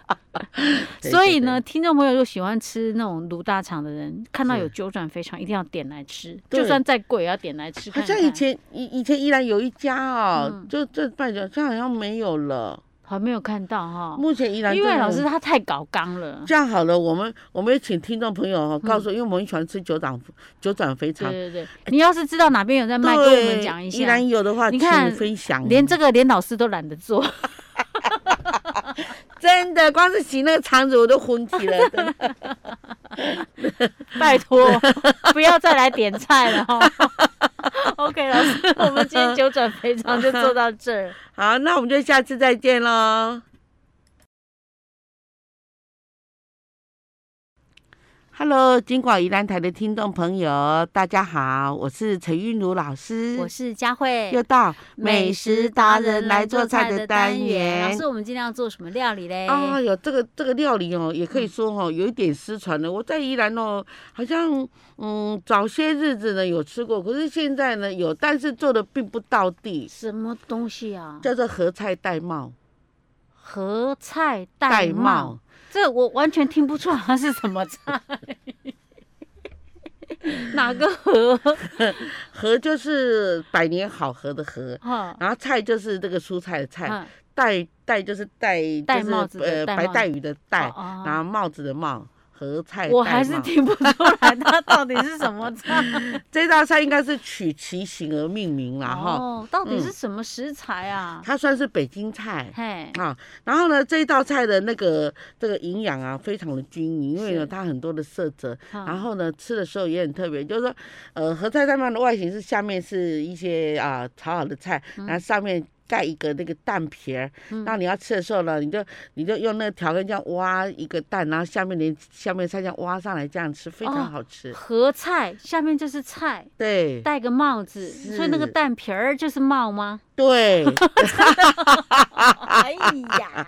[SPEAKER 1] [LAUGHS] 对
[SPEAKER 2] 所以
[SPEAKER 1] 对
[SPEAKER 2] 呢，听众朋友如果喜欢吃那种卤大肠的人，看到
[SPEAKER 1] 是
[SPEAKER 2] 有九转肥肠，一定要点来吃，
[SPEAKER 1] 对
[SPEAKER 2] 就算再贵也要点来吃
[SPEAKER 1] 好
[SPEAKER 2] 看看。
[SPEAKER 1] 像以前以以前依然有一家哦，
[SPEAKER 2] 嗯
[SPEAKER 1] 就这拜酒，这好像没有了。
[SPEAKER 2] 还没有看到哈，
[SPEAKER 1] 目前依然
[SPEAKER 2] 因为
[SPEAKER 1] 这
[SPEAKER 2] 老
[SPEAKER 1] 个
[SPEAKER 2] 师他太搞纲了，
[SPEAKER 1] 这样好了，我们我们也请听众朋友哦，告诉，因为我们很喜欢吃九掌九转肥肠，
[SPEAKER 2] 对对对，你要是知道哪边有在卖，跟
[SPEAKER 1] 对
[SPEAKER 2] 我们讲一
[SPEAKER 1] 依
[SPEAKER 2] 下。
[SPEAKER 1] 然有的话，
[SPEAKER 2] 你
[SPEAKER 1] 请
[SPEAKER 2] 看
[SPEAKER 1] 分享。
[SPEAKER 2] 连这个连老师都懒得做，
[SPEAKER 1] 真的光是洗那个肠子我都昏起
[SPEAKER 2] [LAUGHS]
[SPEAKER 1] 了，真的
[SPEAKER 2] 拜托不要再来点菜了哦。OK，老师，我们今天九转肥肠就做到这儿。
[SPEAKER 1] 好，那我们就下次再见喽。Hello，金广宜兰台的听众朋友，大家好，我是陈韵如老师，
[SPEAKER 2] 我是佳慧，
[SPEAKER 1] 又到嗯美食达人来做菜的单
[SPEAKER 2] 老
[SPEAKER 1] 元。
[SPEAKER 2] 师，我们今天要做什么料理嘞？
[SPEAKER 1] 哎呦，这个这个料理哦，也可以说哦，有一点失传了。我在宜兰哦，好像嗯早些日子呢有吃过，可是现在呢有，但是做的并不到地，
[SPEAKER 2] 什么东西啊？
[SPEAKER 1] 叫做合菜戴帽。
[SPEAKER 2] 合菜
[SPEAKER 1] 戴
[SPEAKER 2] 戴帽，
[SPEAKER 1] 帽，
[SPEAKER 2] 这我完全听不出来它是什
[SPEAKER 1] [LAUGHS]
[SPEAKER 2] 么菜。哪个河？
[SPEAKER 1] 合就是百年好合的合，
[SPEAKER 2] 哈，
[SPEAKER 1] 然后菜就是这个蔬菜的菜，
[SPEAKER 2] 哦嗯
[SPEAKER 1] 戴戴就是戴
[SPEAKER 2] 戴
[SPEAKER 1] 就是
[SPEAKER 2] 帽子的
[SPEAKER 1] 呃
[SPEAKER 2] 戴
[SPEAKER 1] 白
[SPEAKER 2] 帽
[SPEAKER 1] 带鱼的戴
[SPEAKER 2] 哦，哦
[SPEAKER 1] 然后帽子的帽。合菜
[SPEAKER 2] 我
[SPEAKER 1] 戴
[SPEAKER 2] 还是
[SPEAKER 1] 帽
[SPEAKER 2] 听不出来它到底是什么菜。
[SPEAKER 1] 这道菜应该是取其形而命名啦哈，
[SPEAKER 2] 哦，到底是什么食材啊？
[SPEAKER 1] 嗯它算是北京菜。
[SPEAKER 2] 嘿，
[SPEAKER 1] 啊，然后呢，这一道菜的那个这个营养啊，非常的均匀，因为
[SPEAKER 2] 是
[SPEAKER 1] 呢，它很多的色泽，然
[SPEAKER 2] 嗯
[SPEAKER 1] 后呢，吃的时候也很特别，就是说，呃，合菜蛋饭的外形是下面是一些啊、炒好的菜，然
[SPEAKER 2] 嗯
[SPEAKER 1] 后上面盖一个那个蛋皮儿，那、你要吃的时候呢，你就你就用那个条根这样挖一个蛋，然后下面连下面菜这样挖上来这样吃，非
[SPEAKER 2] 哦
[SPEAKER 1] 常好吃。
[SPEAKER 2] 合菜下面就是菜，
[SPEAKER 1] 对
[SPEAKER 2] 戴个帽子，所以那个
[SPEAKER 1] 是
[SPEAKER 2] 蛋皮儿就是
[SPEAKER 1] [LAUGHS]
[SPEAKER 2] 帽吗？
[SPEAKER 1] 对
[SPEAKER 2] 哎呀，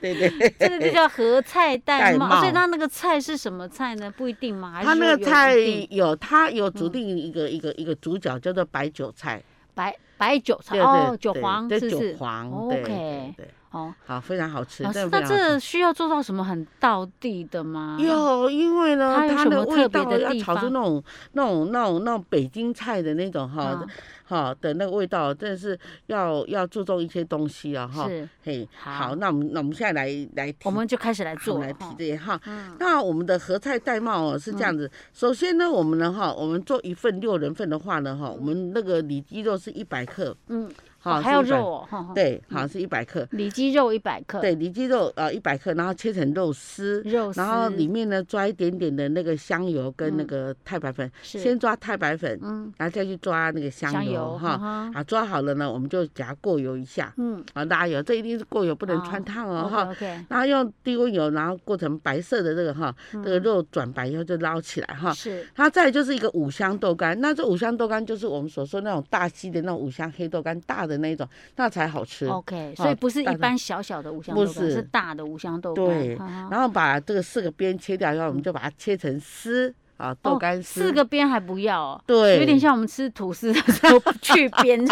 [SPEAKER 1] 对对对，
[SPEAKER 2] 这个就叫合菜蛋
[SPEAKER 1] 戴
[SPEAKER 2] 帽，
[SPEAKER 1] 帽
[SPEAKER 2] 所以它那个菜是什么菜呢？不一定 [LAUGHS] 嗯吗？还是
[SPEAKER 1] 它那个
[SPEAKER 2] 说有一
[SPEAKER 1] 菜
[SPEAKER 2] 定
[SPEAKER 1] 有它有指定一个、一个一个主角叫做白韭菜。
[SPEAKER 2] 白白韭菜
[SPEAKER 1] 对
[SPEAKER 2] 哦
[SPEAKER 1] 对，
[SPEAKER 2] 韭
[SPEAKER 1] 对
[SPEAKER 2] 黄
[SPEAKER 1] 对
[SPEAKER 2] 是不是
[SPEAKER 1] 韭？黄，对
[SPEAKER 2] OK
[SPEAKER 1] 对对，
[SPEAKER 2] 哦，
[SPEAKER 1] 好，非常好吃。
[SPEAKER 2] 老师
[SPEAKER 1] 真，的
[SPEAKER 2] 那
[SPEAKER 1] 非常好
[SPEAKER 2] 这需要做到什么很道地的吗？
[SPEAKER 1] 吃有，因为呢
[SPEAKER 2] 啊它，有
[SPEAKER 1] 它
[SPEAKER 2] 什
[SPEAKER 1] 的
[SPEAKER 2] 么
[SPEAKER 1] 味
[SPEAKER 2] 特别
[SPEAKER 1] 道
[SPEAKER 2] 的
[SPEAKER 1] 要
[SPEAKER 2] 地
[SPEAKER 1] 炒出
[SPEAKER 2] 方
[SPEAKER 1] 那种、那种、那种、那种北京菜的那种哈
[SPEAKER 2] 啊，
[SPEAKER 1] 哈的那个味道，真的是要要注重一些东西啊哈。
[SPEAKER 2] 是，
[SPEAKER 1] 嘿，
[SPEAKER 2] 好
[SPEAKER 1] 好，那我们那我们现在来来提
[SPEAKER 2] 我们就开始来
[SPEAKER 1] 好我
[SPEAKER 2] 做
[SPEAKER 1] 们来提
[SPEAKER 2] 哈嗯
[SPEAKER 1] 这些哈。那我们的合菜戴帽哦是这样子，首先呢，我们呢哈，我们做一份六人份的话呢哈，我们那个里脊肉是一百克，
[SPEAKER 2] 嗯，
[SPEAKER 1] 哈，
[SPEAKER 2] 哦还
[SPEAKER 1] 是
[SPEAKER 2] 有
[SPEAKER 1] 100
[SPEAKER 2] 肉哦，哈哈
[SPEAKER 1] 对，好是一百克。
[SPEAKER 2] 里脊肉一百克，
[SPEAKER 1] 对，里脊肉呃一百克，然后切成肉丝，
[SPEAKER 2] 肉丝，
[SPEAKER 1] 然后里面呢抓一点点的那个香油跟那
[SPEAKER 2] 嗯
[SPEAKER 1] 个太白粉，
[SPEAKER 2] 是
[SPEAKER 1] 先抓太白粉，
[SPEAKER 2] 嗯
[SPEAKER 1] 然后再去抓那个香
[SPEAKER 2] 香油
[SPEAKER 1] 哈。
[SPEAKER 2] 嗯哼
[SPEAKER 1] 啊，抓好了呢，我们就给它过油一下，
[SPEAKER 2] 嗯，
[SPEAKER 1] 啊拉油，这一定是过油，不能
[SPEAKER 2] 哦
[SPEAKER 1] 穿烫哦哈。
[SPEAKER 2] OK OK，
[SPEAKER 1] 然后用低温油，然后过成白色的这个哈，这个肉转白以后就捞起来哈。
[SPEAKER 2] 嗯是
[SPEAKER 1] 它再来就是一个五香豆干，那这五香豆干就是我们所说那种大溪的那种五香黑豆干，大的那一种，那才好吃。
[SPEAKER 2] OK，
[SPEAKER 1] 好
[SPEAKER 2] 所以不是
[SPEAKER 1] 大
[SPEAKER 2] 一
[SPEAKER 1] 的
[SPEAKER 2] 般小小的五香
[SPEAKER 1] 不
[SPEAKER 2] 豆干，是
[SPEAKER 1] 是
[SPEAKER 2] 大的五香豆干，
[SPEAKER 1] 对，
[SPEAKER 2] 嗯哼
[SPEAKER 1] 然后把这个四个边切掉以后，我们就把它切成丝啊，豆
[SPEAKER 2] 哦
[SPEAKER 1] 干丝。
[SPEAKER 2] 四个边还不要哦。
[SPEAKER 1] 对，
[SPEAKER 2] 有点像我们吃吐司的
[SPEAKER 1] [LAUGHS]
[SPEAKER 2] 时候去边，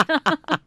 [SPEAKER 1] 对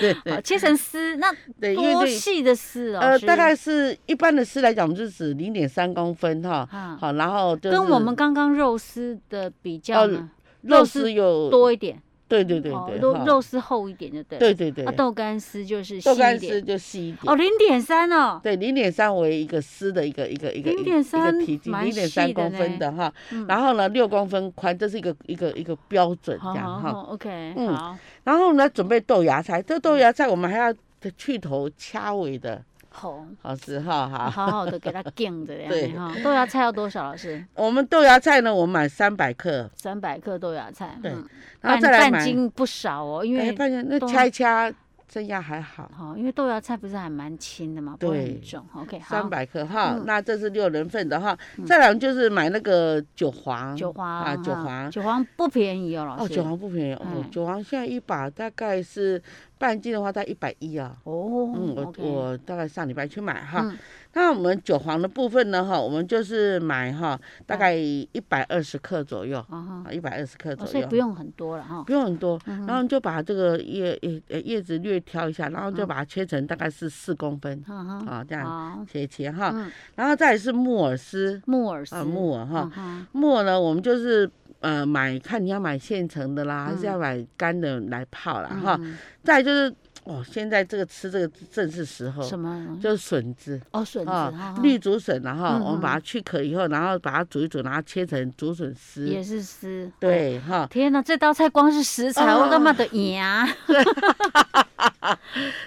[SPEAKER 1] 对
[SPEAKER 2] 好
[SPEAKER 1] 对
[SPEAKER 2] 切成丝，那
[SPEAKER 1] 对，因
[SPEAKER 2] 多
[SPEAKER 1] 为这
[SPEAKER 2] 细的丝哦，
[SPEAKER 1] 呃
[SPEAKER 2] 是
[SPEAKER 1] 大概是一般的丝来讲，我们就指零点三公分哈。
[SPEAKER 2] 啊
[SPEAKER 1] 好，然后就是
[SPEAKER 2] 跟我们刚刚肉丝的比较呢，
[SPEAKER 1] 肉
[SPEAKER 2] 肉
[SPEAKER 1] 丝有，
[SPEAKER 2] 多一点，
[SPEAKER 1] 对对对
[SPEAKER 2] 哦
[SPEAKER 1] 对，
[SPEAKER 2] 肉
[SPEAKER 1] 哈
[SPEAKER 2] 肉丝厚一点就对了。
[SPEAKER 1] 对对对
[SPEAKER 2] 啊，，豆干丝就是细
[SPEAKER 1] 豆干
[SPEAKER 2] 一
[SPEAKER 1] 丝
[SPEAKER 2] 点，
[SPEAKER 1] 就细一
[SPEAKER 2] 哦，
[SPEAKER 1] 点。
[SPEAKER 2] 零点三哦，
[SPEAKER 1] 对，零点三为一个丝的一个一个一个一个一
[SPEAKER 2] 0.3
[SPEAKER 1] 个体积，
[SPEAKER 2] 蛮
[SPEAKER 1] 零点
[SPEAKER 2] 细
[SPEAKER 1] 三
[SPEAKER 2] 的
[SPEAKER 1] 公分
[SPEAKER 2] 呢
[SPEAKER 1] 的哈
[SPEAKER 2] 嗯，
[SPEAKER 1] 然后呢六公分宽，这是一个一个一个标准
[SPEAKER 2] 好
[SPEAKER 1] 这样
[SPEAKER 2] 好
[SPEAKER 1] 哈
[SPEAKER 2] 好。，OK，嗯
[SPEAKER 1] 嗯
[SPEAKER 2] 好，
[SPEAKER 1] 然后呢，准备豆芽菜，这豆芽菜我们还要去头掐尾的，
[SPEAKER 2] 好，
[SPEAKER 1] 好是哈哈。
[SPEAKER 2] 好好的给它垫着呀，
[SPEAKER 1] 对
[SPEAKER 2] 哈，豆芽菜要多少？老师，
[SPEAKER 1] 我们豆芽菜呢，我买三百克，
[SPEAKER 2] 三百克豆芽菜，
[SPEAKER 1] 对
[SPEAKER 2] 嗯，
[SPEAKER 1] 然
[SPEAKER 2] 半
[SPEAKER 1] 后再来
[SPEAKER 2] 半
[SPEAKER 1] 买，
[SPEAKER 2] 斤不少哦，因
[SPEAKER 1] 哎，
[SPEAKER 2] 为
[SPEAKER 1] 半斤那
[SPEAKER 2] 豆
[SPEAKER 1] 掐一掐，这样还好，
[SPEAKER 2] 好，因为豆芽菜不是还蛮轻的嘛，不会很
[SPEAKER 1] 对
[SPEAKER 2] 重。OK，好，
[SPEAKER 1] 三百克哈
[SPEAKER 2] 嗯。
[SPEAKER 1] 那这是六人份的哈，再来我们就是买那个韭黄，
[SPEAKER 2] 韭黄
[SPEAKER 1] 啊，韭
[SPEAKER 2] 哈
[SPEAKER 1] 黄。
[SPEAKER 2] 韭黄不便宜哦，老
[SPEAKER 1] 哦，
[SPEAKER 2] 师。
[SPEAKER 1] 韭黄不便宜哦
[SPEAKER 2] 嗯，
[SPEAKER 1] 韭黄现在一把大概是半斤的话，大概一百一啊。
[SPEAKER 2] 哦，
[SPEAKER 1] 嗯，我
[SPEAKER 2] OK
[SPEAKER 1] 我大概上礼拜去买哈。
[SPEAKER 2] 嗯
[SPEAKER 1] 那我们韭黄的部分呢哈，我们就是买哈，大
[SPEAKER 2] 嗯
[SPEAKER 1] 概一百二十克左右，
[SPEAKER 2] 啊哈
[SPEAKER 1] 啊，一百二十克
[SPEAKER 2] 哦
[SPEAKER 1] 左
[SPEAKER 2] 所以
[SPEAKER 1] 右。
[SPEAKER 2] 不用很多了哈。
[SPEAKER 1] 不用很多，
[SPEAKER 2] 嗯
[SPEAKER 1] 然后你就把这个叶叶呃叶子略挑一下，然后就
[SPEAKER 2] 嗯
[SPEAKER 1] 把它切成大概是四公分
[SPEAKER 2] 哈哈，
[SPEAKER 1] 啊，这样
[SPEAKER 2] 好，
[SPEAKER 1] 切一切哈。
[SPEAKER 2] 哦嗯
[SPEAKER 1] 然后再来是木耳丝
[SPEAKER 2] 木耳丝，
[SPEAKER 1] 啊，木耳哈
[SPEAKER 2] 嗯，哼，
[SPEAKER 1] 木耳呢，我们就是呃买看你要买现成的啦，还是
[SPEAKER 2] 嗯
[SPEAKER 1] 要买干的来泡啦啊哈。
[SPEAKER 2] 嗯
[SPEAKER 1] 再来就是哦，现在这个吃这个正是时候，
[SPEAKER 2] 什么？
[SPEAKER 1] 就是笋子。
[SPEAKER 2] 哦，笋子，
[SPEAKER 1] 哦啊
[SPEAKER 2] 哈哈
[SPEAKER 1] 绿竹笋，然后
[SPEAKER 2] 嗯
[SPEAKER 1] 我们把它去壳以后，然后把它煮一煮，然后切成竹笋丝。
[SPEAKER 2] 也是丝，哦。
[SPEAKER 1] 对哈，
[SPEAKER 2] 天哪，这道菜光是食材，
[SPEAKER 1] 哦 [LAUGHS]
[SPEAKER 2] 我干嘛的牙？ [LAUGHS] 都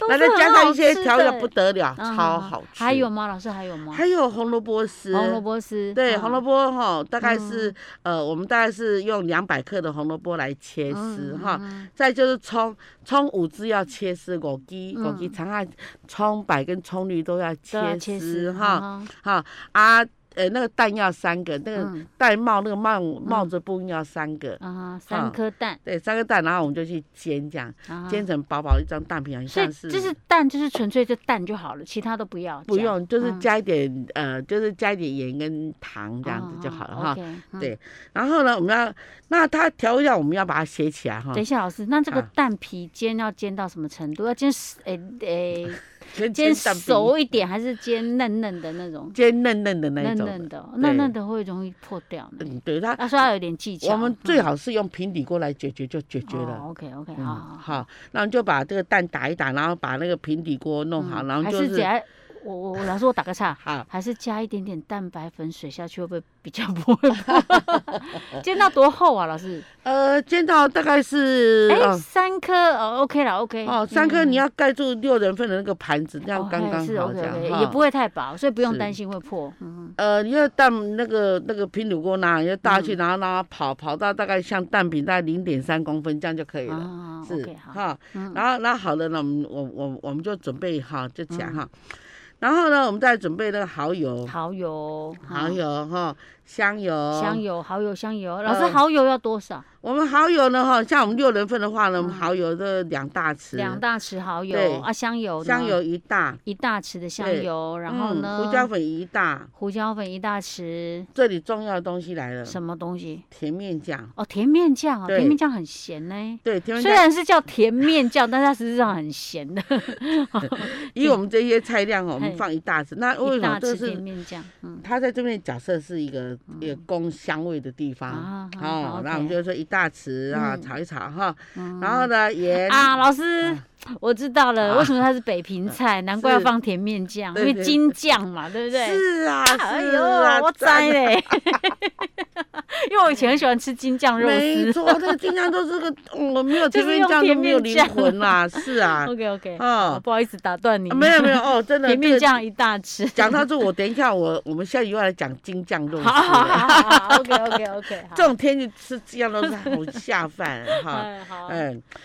[SPEAKER 1] 那
[SPEAKER 2] 是
[SPEAKER 1] 再加
[SPEAKER 2] 很
[SPEAKER 1] 上
[SPEAKER 2] 好
[SPEAKER 1] 一些
[SPEAKER 2] 吃
[SPEAKER 1] 调
[SPEAKER 2] 的
[SPEAKER 1] 料，不得了，
[SPEAKER 2] 嗯
[SPEAKER 1] 超好吃。
[SPEAKER 2] 还有吗？老师还有吗？
[SPEAKER 1] 还有红萝卜丝，
[SPEAKER 2] 红萝卜丝，嗯
[SPEAKER 1] 对红萝
[SPEAKER 2] 卜
[SPEAKER 1] 卜哈，大概是
[SPEAKER 2] 嗯
[SPEAKER 1] 呃，我们大概是用两百克的红萝卜来切
[SPEAKER 2] 嗯
[SPEAKER 1] 丝哈。再就是葱，葱五只要切丝，五鸡五鸡
[SPEAKER 2] 嗯
[SPEAKER 1] 长按葱白跟葱绿都要切
[SPEAKER 2] 啊
[SPEAKER 1] 丝
[SPEAKER 2] 切丝
[SPEAKER 1] 哈，
[SPEAKER 2] 嗯哼
[SPEAKER 1] 哈啊呃那个蛋要三个，那个
[SPEAKER 2] 嗯
[SPEAKER 1] 戴帽那个帽帽子布要三个，
[SPEAKER 2] 啊哈，
[SPEAKER 1] 好
[SPEAKER 2] 三颗蛋，
[SPEAKER 1] 对三个蛋，然后我们就去煎这样，
[SPEAKER 2] 啊哈
[SPEAKER 1] 煎成薄薄一张蛋皮，很
[SPEAKER 2] 所以
[SPEAKER 1] 像是
[SPEAKER 2] 就是蛋，就是纯粹就蛋就好了，其他都不要，
[SPEAKER 1] 不用，就是
[SPEAKER 2] 嗯
[SPEAKER 1] 加一点呃，就是加一点盐跟糖这样
[SPEAKER 2] 嗯
[SPEAKER 1] 子
[SPEAKER 2] 哦
[SPEAKER 1] 就好了哈。
[SPEAKER 2] 哈
[SPEAKER 1] 对然后呢，我们要那它调味料我们要把它写起来哈
[SPEAKER 2] 嗯等一，下，老师，那这个
[SPEAKER 1] 啊
[SPEAKER 2] 蛋皮煎要煎到什么程度？要煎十诶诶，
[SPEAKER 1] 先
[SPEAKER 2] 煎
[SPEAKER 1] 蛋饼
[SPEAKER 2] 熟一点，还是煎嫩嫩的那种？
[SPEAKER 1] 煎嫩嫩的那一
[SPEAKER 2] 嫩
[SPEAKER 1] 种
[SPEAKER 2] 嫩
[SPEAKER 1] 的。
[SPEAKER 2] 的哦，嫩嫩的会容易破掉呢。
[SPEAKER 1] 嗯，对它，
[SPEAKER 2] 他说要有嗯点技巧。
[SPEAKER 1] 我们最好是用平底锅来解决就解决了。
[SPEAKER 2] OK OK，
[SPEAKER 1] 嗯，
[SPEAKER 2] 好好好，
[SPEAKER 1] 好，那你就把这个蛋打一打，然后把那个平底锅弄好，
[SPEAKER 2] 嗯
[SPEAKER 1] 然后
[SPEAKER 2] 还
[SPEAKER 1] 就是是，
[SPEAKER 2] 加我我我老师我打个岔
[SPEAKER 1] 好，
[SPEAKER 2] 还是加一点点蛋白粉水下去会不会比较不会破？ [LAUGHS] 煎到多厚啊，老师？
[SPEAKER 1] 呃，煎到大概是
[SPEAKER 2] 哎，
[SPEAKER 1] 哦
[SPEAKER 2] 三颗哦，OK 了，OK。
[SPEAKER 1] 哦，三颗
[SPEAKER 2] 嗯哦
[SPEAKER 1] 你要盖住六人份的那个盘子，这样刚刚
[SPEAKER 2] 是
[SPEAKER 1] 好
[SPEAKER 2] OK
[SPEAKER 1] 这样
[SPEAKER 2] OK，
[SPEAKER 1] 哈
[SPEAKER 2] 也不会太薄，所以不用
[SPEAKER 1] 是
[SPEAKER 2] 担心会破。嗯，
[SPEAKER 1] 呃，你要蛋那个那个平底锅拿，你要倒下去，然后让它跑跑到大概像蛋饼大概零点三公分这样就可以
[SPEAKER 2] 嗯
[SPEAKER 1] 了。
[SPEAKER 2] 啊
[SPEAKER 1] 是
[SPEAKER 2] ，OK 好，
[SPEAKER 1] 哈，
[SPEAKER 2] 嗯
[SPEAKER 1] 然后那好了，那我们我我我们就准备哈就起来哈，然后呢，我们再准备那个蚝油，
[SPEAKER 2] 嗯蚝油，
[SPEAKER 1] 蚝
[SPEAKER 2] 嗯
[SPEAKER 1] 油哈，香油，
[SPEAKER 2] 香。油，蚝油，香油。老师，
[SPEAKER 1] 呃
[SPEAKER 2] 蚝油要多少？
[SPEAKER 1] 我们蚝油呢哈，像我们六人份的话呢，我们蚝油的两大匙，
[SPEAKER 2] 嗯两大匙蚝
[SPEAKER 1] 对
[SPEAKER 2] 油啊，香油，
[SPEAKER 1] 香油，一大，
[SPEAKER 2] 一大匙的香
[SPEAKER 1] 对
[SPEAKER 2] 油，然后
[SPEAKER 1] 嗯
[SPEAKER 2] 呢，
[SPEAKER 1] 胡椒粉一大。
[SPEAKER 2] 胡椒粉一大匙，
[SPEAKER 1] 这里重要的东西来了，
[SPEAKER 2] 什么东西？
[SPEAKER 1] 甜面酱。
[SPEAKER 2] 哦，甜面酱啊，
[SPEAKER 1] 嗯对
[SPEAKER 2] 甜面酱很咸呢。
[SPEAKER 1] 对，甜面
[SPEAKER 2] 虽
[SPEAKER 1] 酱
[SPEAKER 2] 然是叫甜面酱，但它实际上很咸的。
[SPEAKER 1] 以我们这些菜量哦，我们
[SPEAKER 2] 嘿
[SPEAKER 1] 放一大匙。那为
[SPEAKER 2] 一
[SPEAKER 1] 什么
[SPEAKER 2] 大
[SPEAKER 1] 这个
[SPEAKER 2] 匙甜
[SPEAKER 1] 是
[SPEAKER 2] 面酱，嗯
[SPEAKER 1] 它在这边的角色是一个一个供香味的地方？
[SPEAKER 2] 啊，好
[SPEAKER 1] 哦
[SPEAKER 2] 好，
[SPEAKER 1] 那我们
[SPEAKER 2] OK
[SPEAKER 1] 就说一大匙啊，
[SPEAKER 2] 嗯
[SPEAKER 1] 炒一炒哈，
[SPEAKER 2] 嗯
[SPEAKER 1] 然后呢盐，
[SPEAKER 2] 啊，老师，我知道了，
[SPEAKER 1] 啊
[SPEAKER 2] 为什么它是北平菜，难怪要放甜面酱，因
[SPEAKER 1] 对
[SPEAKER 2] 为
[SPEAKER 1] 对
[SPEAKER 2] 金酱嘛，对不对？
[SPEAKER 1] 是啊，
[SPEAKER 2] 哎
[SPEAKER 1] 是
[SPEAKER 2] 呦，
[SPEAKER 1] 啊，
[SPEAKER 2] 我
[SPEAKER 1] 赞啊
[SPEAKER 2] 栽嘞， [LAUGHS] 因为我以前很喜欢吃金酱肉
[SPEAKER 1] 没
[SPEAKER 2] 丝。
[SPEAKER 1] 错，这个金酱都
[SPEAKER 2] [LAUGHS]
[SPEAKER 1] 是个，嗯我没有
[SPEAKER 2] 就
[SPEAKER 1] 甜
[SPEAKER 2] 是
[SPEAKER 1] 面
[SPEAKER 2] 用
[SPEAKER 1] 酱都
[SPEAKER 2] 甜
[SPEAKER 1] 没有
[SPEAKER 2] 面
[SPEAKER 1] 灵
[SPEAKER 2] 酱
[SPEAKER 1] 魂啦，是啊，
[SPEAKER 2] [LAUGHS] OK OK，
[SPEAKER 1] 哦，
[SPEAKER 2] 不好意思打断你。
[SPEAKER 1] 啊没有
[SPEAKER 2] [LAUGHS]
[SPEAKER 1] 没有哦，真的
[SPEAKER 2] 甜
[SPEAKER 1] 这
[SPEAKER 2] 面
[SPEAKER 1] 个
[SPEAKER 2] 酱一大匙。 [LAUGHS]
[SPEAKER 1] 讲到这，我等一下我我们下一又来讲金酱肉丝
[SPEAKER 2] 好好
[SPEAKER 1] 了，
[SPEAKER 2] 好好好，OK OK OK，
[SPEAKER 1] [LAUGHS] 这种天气吃金酱肉丝好下饭哈。
[SPEAKER 2] 哎好，
[SPEAKER 1] 嗯，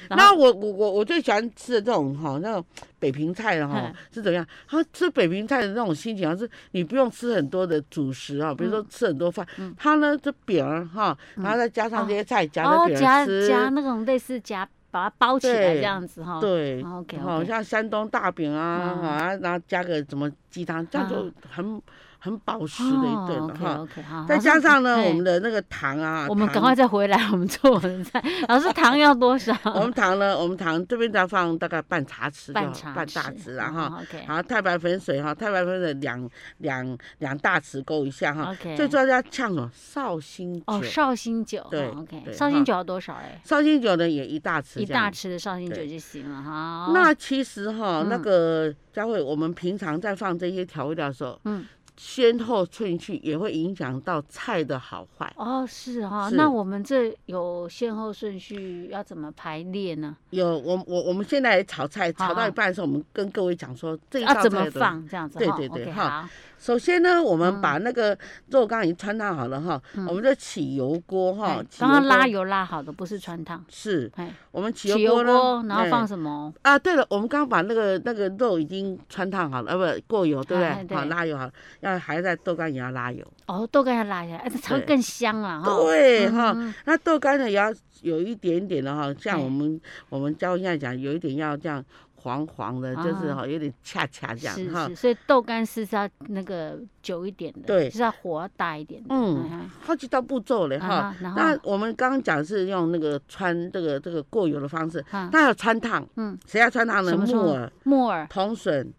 [SPEAKER 2] 然
[SPEAKER 1] 那我我我我最喜欢吃的这种哈，那种北平菜的哈
[SPEAKER 2] 嗯
[SPEAKER 1] 是怎么样？他吃北平菜的那种心情，啊好像是你不用吃很多的主食啊，比如
[SPEAKER 2] 嗯
[SPEAKER 1] 说吃很多饭，它呢这饼儿哈，然后再加上这些菜夹
[SPEAKER 2] 哦
[SPEAKER 1] 在饼
[SPEAKER 2] 夹
[SPEAKER 1] 儿吃，
[SPEAKER 2] 夹那种类似夹，把它包起来
[SPEAKER 1] 对
[SPEAKER 2] 这样子哈。
[SPEAKER 1] 对，
[SPEAKER 2] 哦，OK
[SPEAKER 1] 好
[SPEAKER 2] OK，
[SPEAKER 1] 像山东大饼啊，
[SPEAKER 2] 嗯
[SPEAKER 1] 啊，然后加个什么鸡汤，这样就
[SPEAKER 2] 啊
[SPEAKER 1] 很很饱食的一顿了
[SPEAKER 2] 哦 OK
[SPEAKER 1] 哈。
[SPEAKER 2] OK，好，
[SPEAKER 1] 再加上呢，
[SPEAKER 2] 嘿
[SPEAKER 1] 我们的那个糖啊，
[SPEAKER 2] 我们赶
[SPEAKER 1] 糖
[SPEAKER 2] 快再回来，我们做我们的菜。
[SPEAKER 1] [LAUGHS]
[SPEAKER 2] 老师，糖要多少？
[SPEAKER 1] 我们糖呢，我们糖这边再放大概半茶匙就好，
[SPEAKER 2] 半茶
[SPEAKER 1] 半大匙啊然后。
[SPEAKER 2] 哦，OK
[SPEAKER 1] 然后太白粉水哈，太白粉水两两两大匙勾一下哈，
[SPEAKER 2] OK。
[SPEAKER 1] 最重要要呛什么绍兴酒
[SPEAKER 2] 哦，，绍兴酒，
[SPEAKER 1] 对
[SPEAKER 2] 哦，OK，
[SPEAKER 1] 对
[SPEAKER 2] 绍
[SPEAKER 1] 哈
[SPEAKER 2] 兴酒要多少嘞？
[SPEAKER 1] 绍兴酒呢也一大匙，
[SPEAKER 2] 一
[SPEAKER 1] 这
[SPEAKER 2] 大
[SPEAKER 1] 样。
[SPEAKER 2] 匙的绍兴酒
[SPEAKER 1] 对
[SPEAKER 2] 就行了哈。
[SPEAKER 1] 那其实哈，那
[SPEAKER 2] 嗯
[SPEAKER 1] 个佳慧，我们平常在放这些调味料的时候，
[SPEAKER 2] 嗯，
[SPEAKER 1] 先后顺序也会影响到菜的好坏。
[SPEAKER 2] 哦是哈，
[SPEAKER 1] 是
[SPEAKER 2] 那我们这有先后顺序，要怎么排列呢？
[SPEAKER 1] 有我我我们现在炒菜
[SPEAKER 2] 好
[SPEAKER 1] 炒到一半的时候，我们跟各位讲说这一道
[SPEAKER 2] 要
[SPEAKER 1] 菜
[SPEAKER 2] 怎么
[SPEAKER 1] 的
[SPEAKER 2] 放嗯这样子？
[SPEAKER 1] 对
[SPEAKER 2] 哈
[SPEAKER 1] 对对
[SPEAKER 2] ，OK，
[SPEAKER 1] 哈
[SPEAKER 2] 好，
[SPEAKER 1] 首先呢，我们把那个肉刚刚已经穿烫好了哈，
[SPEAKER 2] 嗯
[SPEAKER 1] 我们就起油锅哈
[SPEAKER 2] 哎，
[SPEAKER 1] 起
[SPEAKER 2] 刚刚
[SPEAKER 1] 油锅
[SPEAKER 2] 拉油拉好的，不是穿烫。
[SPEAKER 1] 是
[SPEAKER 2] 哎，
[SPEAKER 1] 我们起
[SPEAKER 2] 起
[SPEAKER 1] 油锅
[SPEAKER 2] 油锅，
[SPEAKER 1] 呢，
[SPEAKER 2] 然后放
[SPEAKER 1] 哎
[SPEAKER 2] 什么？
[SPEAKER 1] 啊，对了，我们刚刚把那个那个肉已经穿烫好了，呃不过油对不
[SPEAKER 2] 哎
[SPEAKER 1] 对？
[SPEAKER 2] 对
[SPEAKER 1] 好拉油好了，要还在豆干也要拉油。
[SPEAKER 2] 哦，豆干要拉下来，哎这才会
[SPEAKER 1] 对
[SPEAKER 2] 更香啊！哈，
[SPEAKER 1] 对
[SPEAKER 2] 嗯
[SPEAKER 1] 哈、
[SPEAKER 2] 嗯哎
[SPEAKER 1] 那豆干呢也要有一点点的哈，像
[SPEAKER 2] 对
[SPEAKER 1] 我们我们教现在讲有一点要这样黄黄的，就是
[SPEAKER 2] 啊
[SPEAKER 1] 哈有点恰恰这样
[SPEAKER 2] 是
[SPEAKER 1] 哈
[SPEAKER 2] 是，。所以豆干丝是要那个久一点的，
[SPEAKER 1] 对
[SPEAKER 2] 就是要火要大一点的，
[SPEAKER 1] 嗯
[SPEAKER 2] 嗯
[SPEAKER 1] 好几道步骤嘞
[SPEAKER 2] 啊
[SPEAKER 1] 哈。
[SPEAKER 2] 哈，然
[SPEAKER 1] 那
[SPEAKER 2] 后
[SPEAKER 1] 我们刚刚讲是用那个穿这个这个过油的方式，
[SPEAKER 2] 哈
[SPEAKER 1] 那要穿烫，
[SPEAKER 2] 嗯，
[SPEAKER 1] 谁要穿烫呢？
[SPEAKER 2] 什么时
[SPEAKER 1] 木
[SPEAKER 2] 候
[SPEAKER 1] 耳、
[SPEAKER 2] 木耳、
[SPEAKER 1] 铜笋、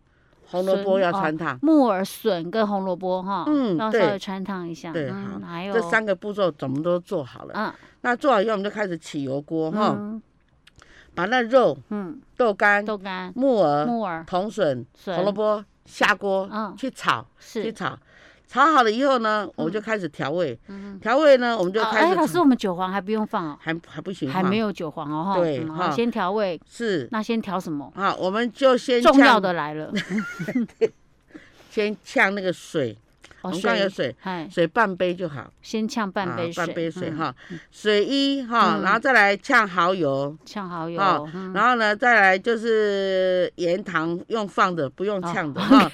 [SPEAKER 1] 红萝卜
[SPEAKER 2] 笋
[SPEAKER 1] 要
[SPEAKER 2] 哦
[SPEAKER 1] 穿烫，
[SPEAKER 2] 木耳、笋跟红萝卜哈，
[SPEAKER 1] 嗯
[SPEAKER 2] 要稍
[SPEAKER 1] 对
[SPEAKER 2] 微穿烫一下，
[SPEAKER 1] 对
[SPEAKER 2] 嗯，还有
[SPEAKER 1] 这三个步骤怎么都做好了。哦
[SPEAKER 2] 嗯
[SPEAKER 1] 那做好以后，我们就开始起油锅哈，
[SPEAKER 2] 嗯
[SPEAKER 1] 把那肉、
[SPEAKER 2] 嗯，
[SPEAKER 1] 豆干、
[SPEAKER 2] 豆干、
[SPEAKER 1] 木耳、
[SPEAKER 2] 木耳、
[SPEAKER 1] 铜笋、
[SPEAKER 2] 笋
[SPEAKER 1] 红萝卜下锅
[SPEAKER 2] 嗯
[SPEAKER 1] 去炒，去
[SPEAKER 2] 是，
[SPEAKER 1] 炒。炒好了以后呢，我们就开始调味。
[SPEAKER 2] 嗯，
[SPEAKER 1] 调味呢，我们就
[SPEAKER 2] 啊
[SPEAKER 1] 开
[SPEAKER 2] 哎，
[SPEAKER 1] 始
[SPEAKER 2] 老师，
[SPEAKER 1] 炒
[SPEAKER 2] 我们韭黄还不用放哦，
[SPEAKER 1] 还还不行
[SPEAKER 2] 还
[SPEAKER 1] 放
[SPEAKER 2] 没有韭黄哦哈，
[SPEAKER 1] 对
[SPEAKER 2] 嗯好
[SPEAKER 1] 哈
[SPEAKER 2] 先调味，
[SPEAKER 1] 是
[SPEAKER 2] 那先调什么？
[SPEAKER 1] 啊，我们就先
[SPEAKER 2] 重要
[SPEAKER 1] 呛
[SPEAKER 2] 的
[SPEAKER 1] [LAUGHS]
[SPEAKER 2] 来了，哦
[SPEAKER 1] 先呛那个水，我
[SPEAKER 2] 哦，
[SPEAKER 1] 们刚有
[SPEAKER 2] 水，
[SPEAKER 1] 水，
[SPEAKER 2] 哎，
[SPEAKER 1] 水半杯就好，
[SPEAKER 2] 先呛半杯水，
[SPEAKER 1] 啊、半杯水
[SPEAKER 2] 嗯，
[SPEAKER 1] 哈，水一哈，
[SPEAKER 2] 嗯
[SPEAKER 1] 然后再来呛蚝油，
[SPEAKER 2] 呛好油
[SPEAKER 1] 哦，
[SPEAKER 2] 嗯 [LAUGHS]
[SPEAKER 1] 然后呢再来就是盐糖用放的，不用
[SPEAKER 2] 哦
[SPEAKER 1] 呛的哈，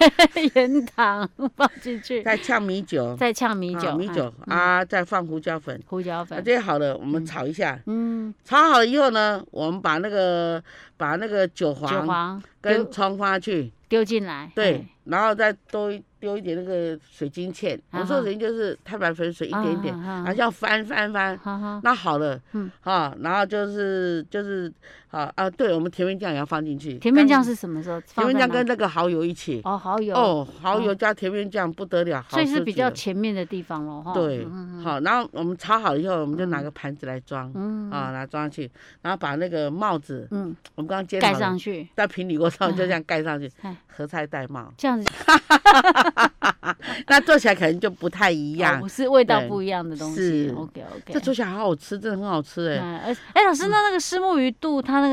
[SPEAKER 2] 盐糖放进去，
[SPEAKER 1] 再呛米酒，
[SPEAKER 2] [LAUGHS] 再呛米
[SPEAKER 1] 啊
[SPEAKER 2] 酒，嗯
[SPEAKER 1] 米
[SPEAKER 2] 哎
[SPEAKER 1] 酒，啊，再放胡椒粉，
[SPEAKER 2] 胡椒
[SPEAKER 1] 啊，
[SPEAKER 2] 粉，
[SPEAKER 1] 这些好了，我们炒一下，
[SPEAKER 2] 嗯，
[SPEAKER 1] 炒好了以后呢，我们把那个把那个韭
[SPEAKER 2] 韭
[SPEAKER 1] 黄
[SPEAKER 2] 黄丢
[SPEAKER 1] 跟葱花去，
[SPEAKER 2] 丢进来，
[SPEAKER 1] 对
[SPEAKER 2] 哎，，
[SPEAKER 1] 然后再多一丢一点那个水晶芡，我
[SPEAKER 2] 啊
[SPEAKER 1] 说
[SPEAKER 2] 哈
[SPEAKER 1] 人就是太白粉水一点一点，
[SPEAKER 2] 啊
[SPEAKER 1] 啊，，要翻翻翻。
[SPEAKER 2] 哈哈，
[SPEAKER 1] 那好了，
[SPEAKER 2] 嗯
[SPEAKER 1] 嗯，啊，然后就是就是，啊啊，对我们甜面酱也要放进去。
[SPEAKER 2] 甜面酱
[SPEAKER 1] 刚
[SPEAKER 2] 是什么时候放
[SPEAKER 1] 甜面
[SPEAKER 2] 在哪？
[SPEAKER 1] 酱跟那个蚝油一起。
[SPEAKER 2] 哦蚝油，
[SPEAKER 1] 哦，蚝油加甜面酱不得了，好
[SPEAKER 2] 所以
[SPEAKER 1] 吃
[SPEAKER 2] 是比
[SPEAKER 1] 极
[SPEAKER 2] 较
[SPEAKER 1] 了
[SPEAKER 2] 前面的地方喽，哈，
[SPEAKER 1] 对
[SPEAKER 2] 嗯，
[SPEAKER 1] 好。然后我们炒好以后，我们就拿个盘子来装，
[SPEAKER 2] 嗯
[SPEAKER 1] 啊，拿装上去，然后把那个帽子，
[SPEAKER 2] 嗯，
[SPEAKER 1] 我们刚刚煎
[SPEAKER 2] 盖
[SPEAKER 1] 好
[SPEAKER 2] 上
[SPEAKER 1] 了，
[SPEAKER 2] 去，嗯
[SPEAKER 1] 在平底锅上就这样盖上去
[SPEAKER 2] 哎，
[SPEAKER 1] 合菜戴帽，
[SPEAKER 2] 这样子
[SPEAKER 1] 那做起来可能就不太一样
[SPEAKER 2] 哦。是味道
[SPEAKER 1] 对
[SPEAKER 2] 不一样的东西
[SPEAKER 1] 是
[SPEAKER 2] ，OK OK。嗯
[SPEAKER 1] 这做起来好好吃，真的很好吃哎。
[SPEAKER 2] 哎，而哎，老师，那那个虱目鱼肚，它那个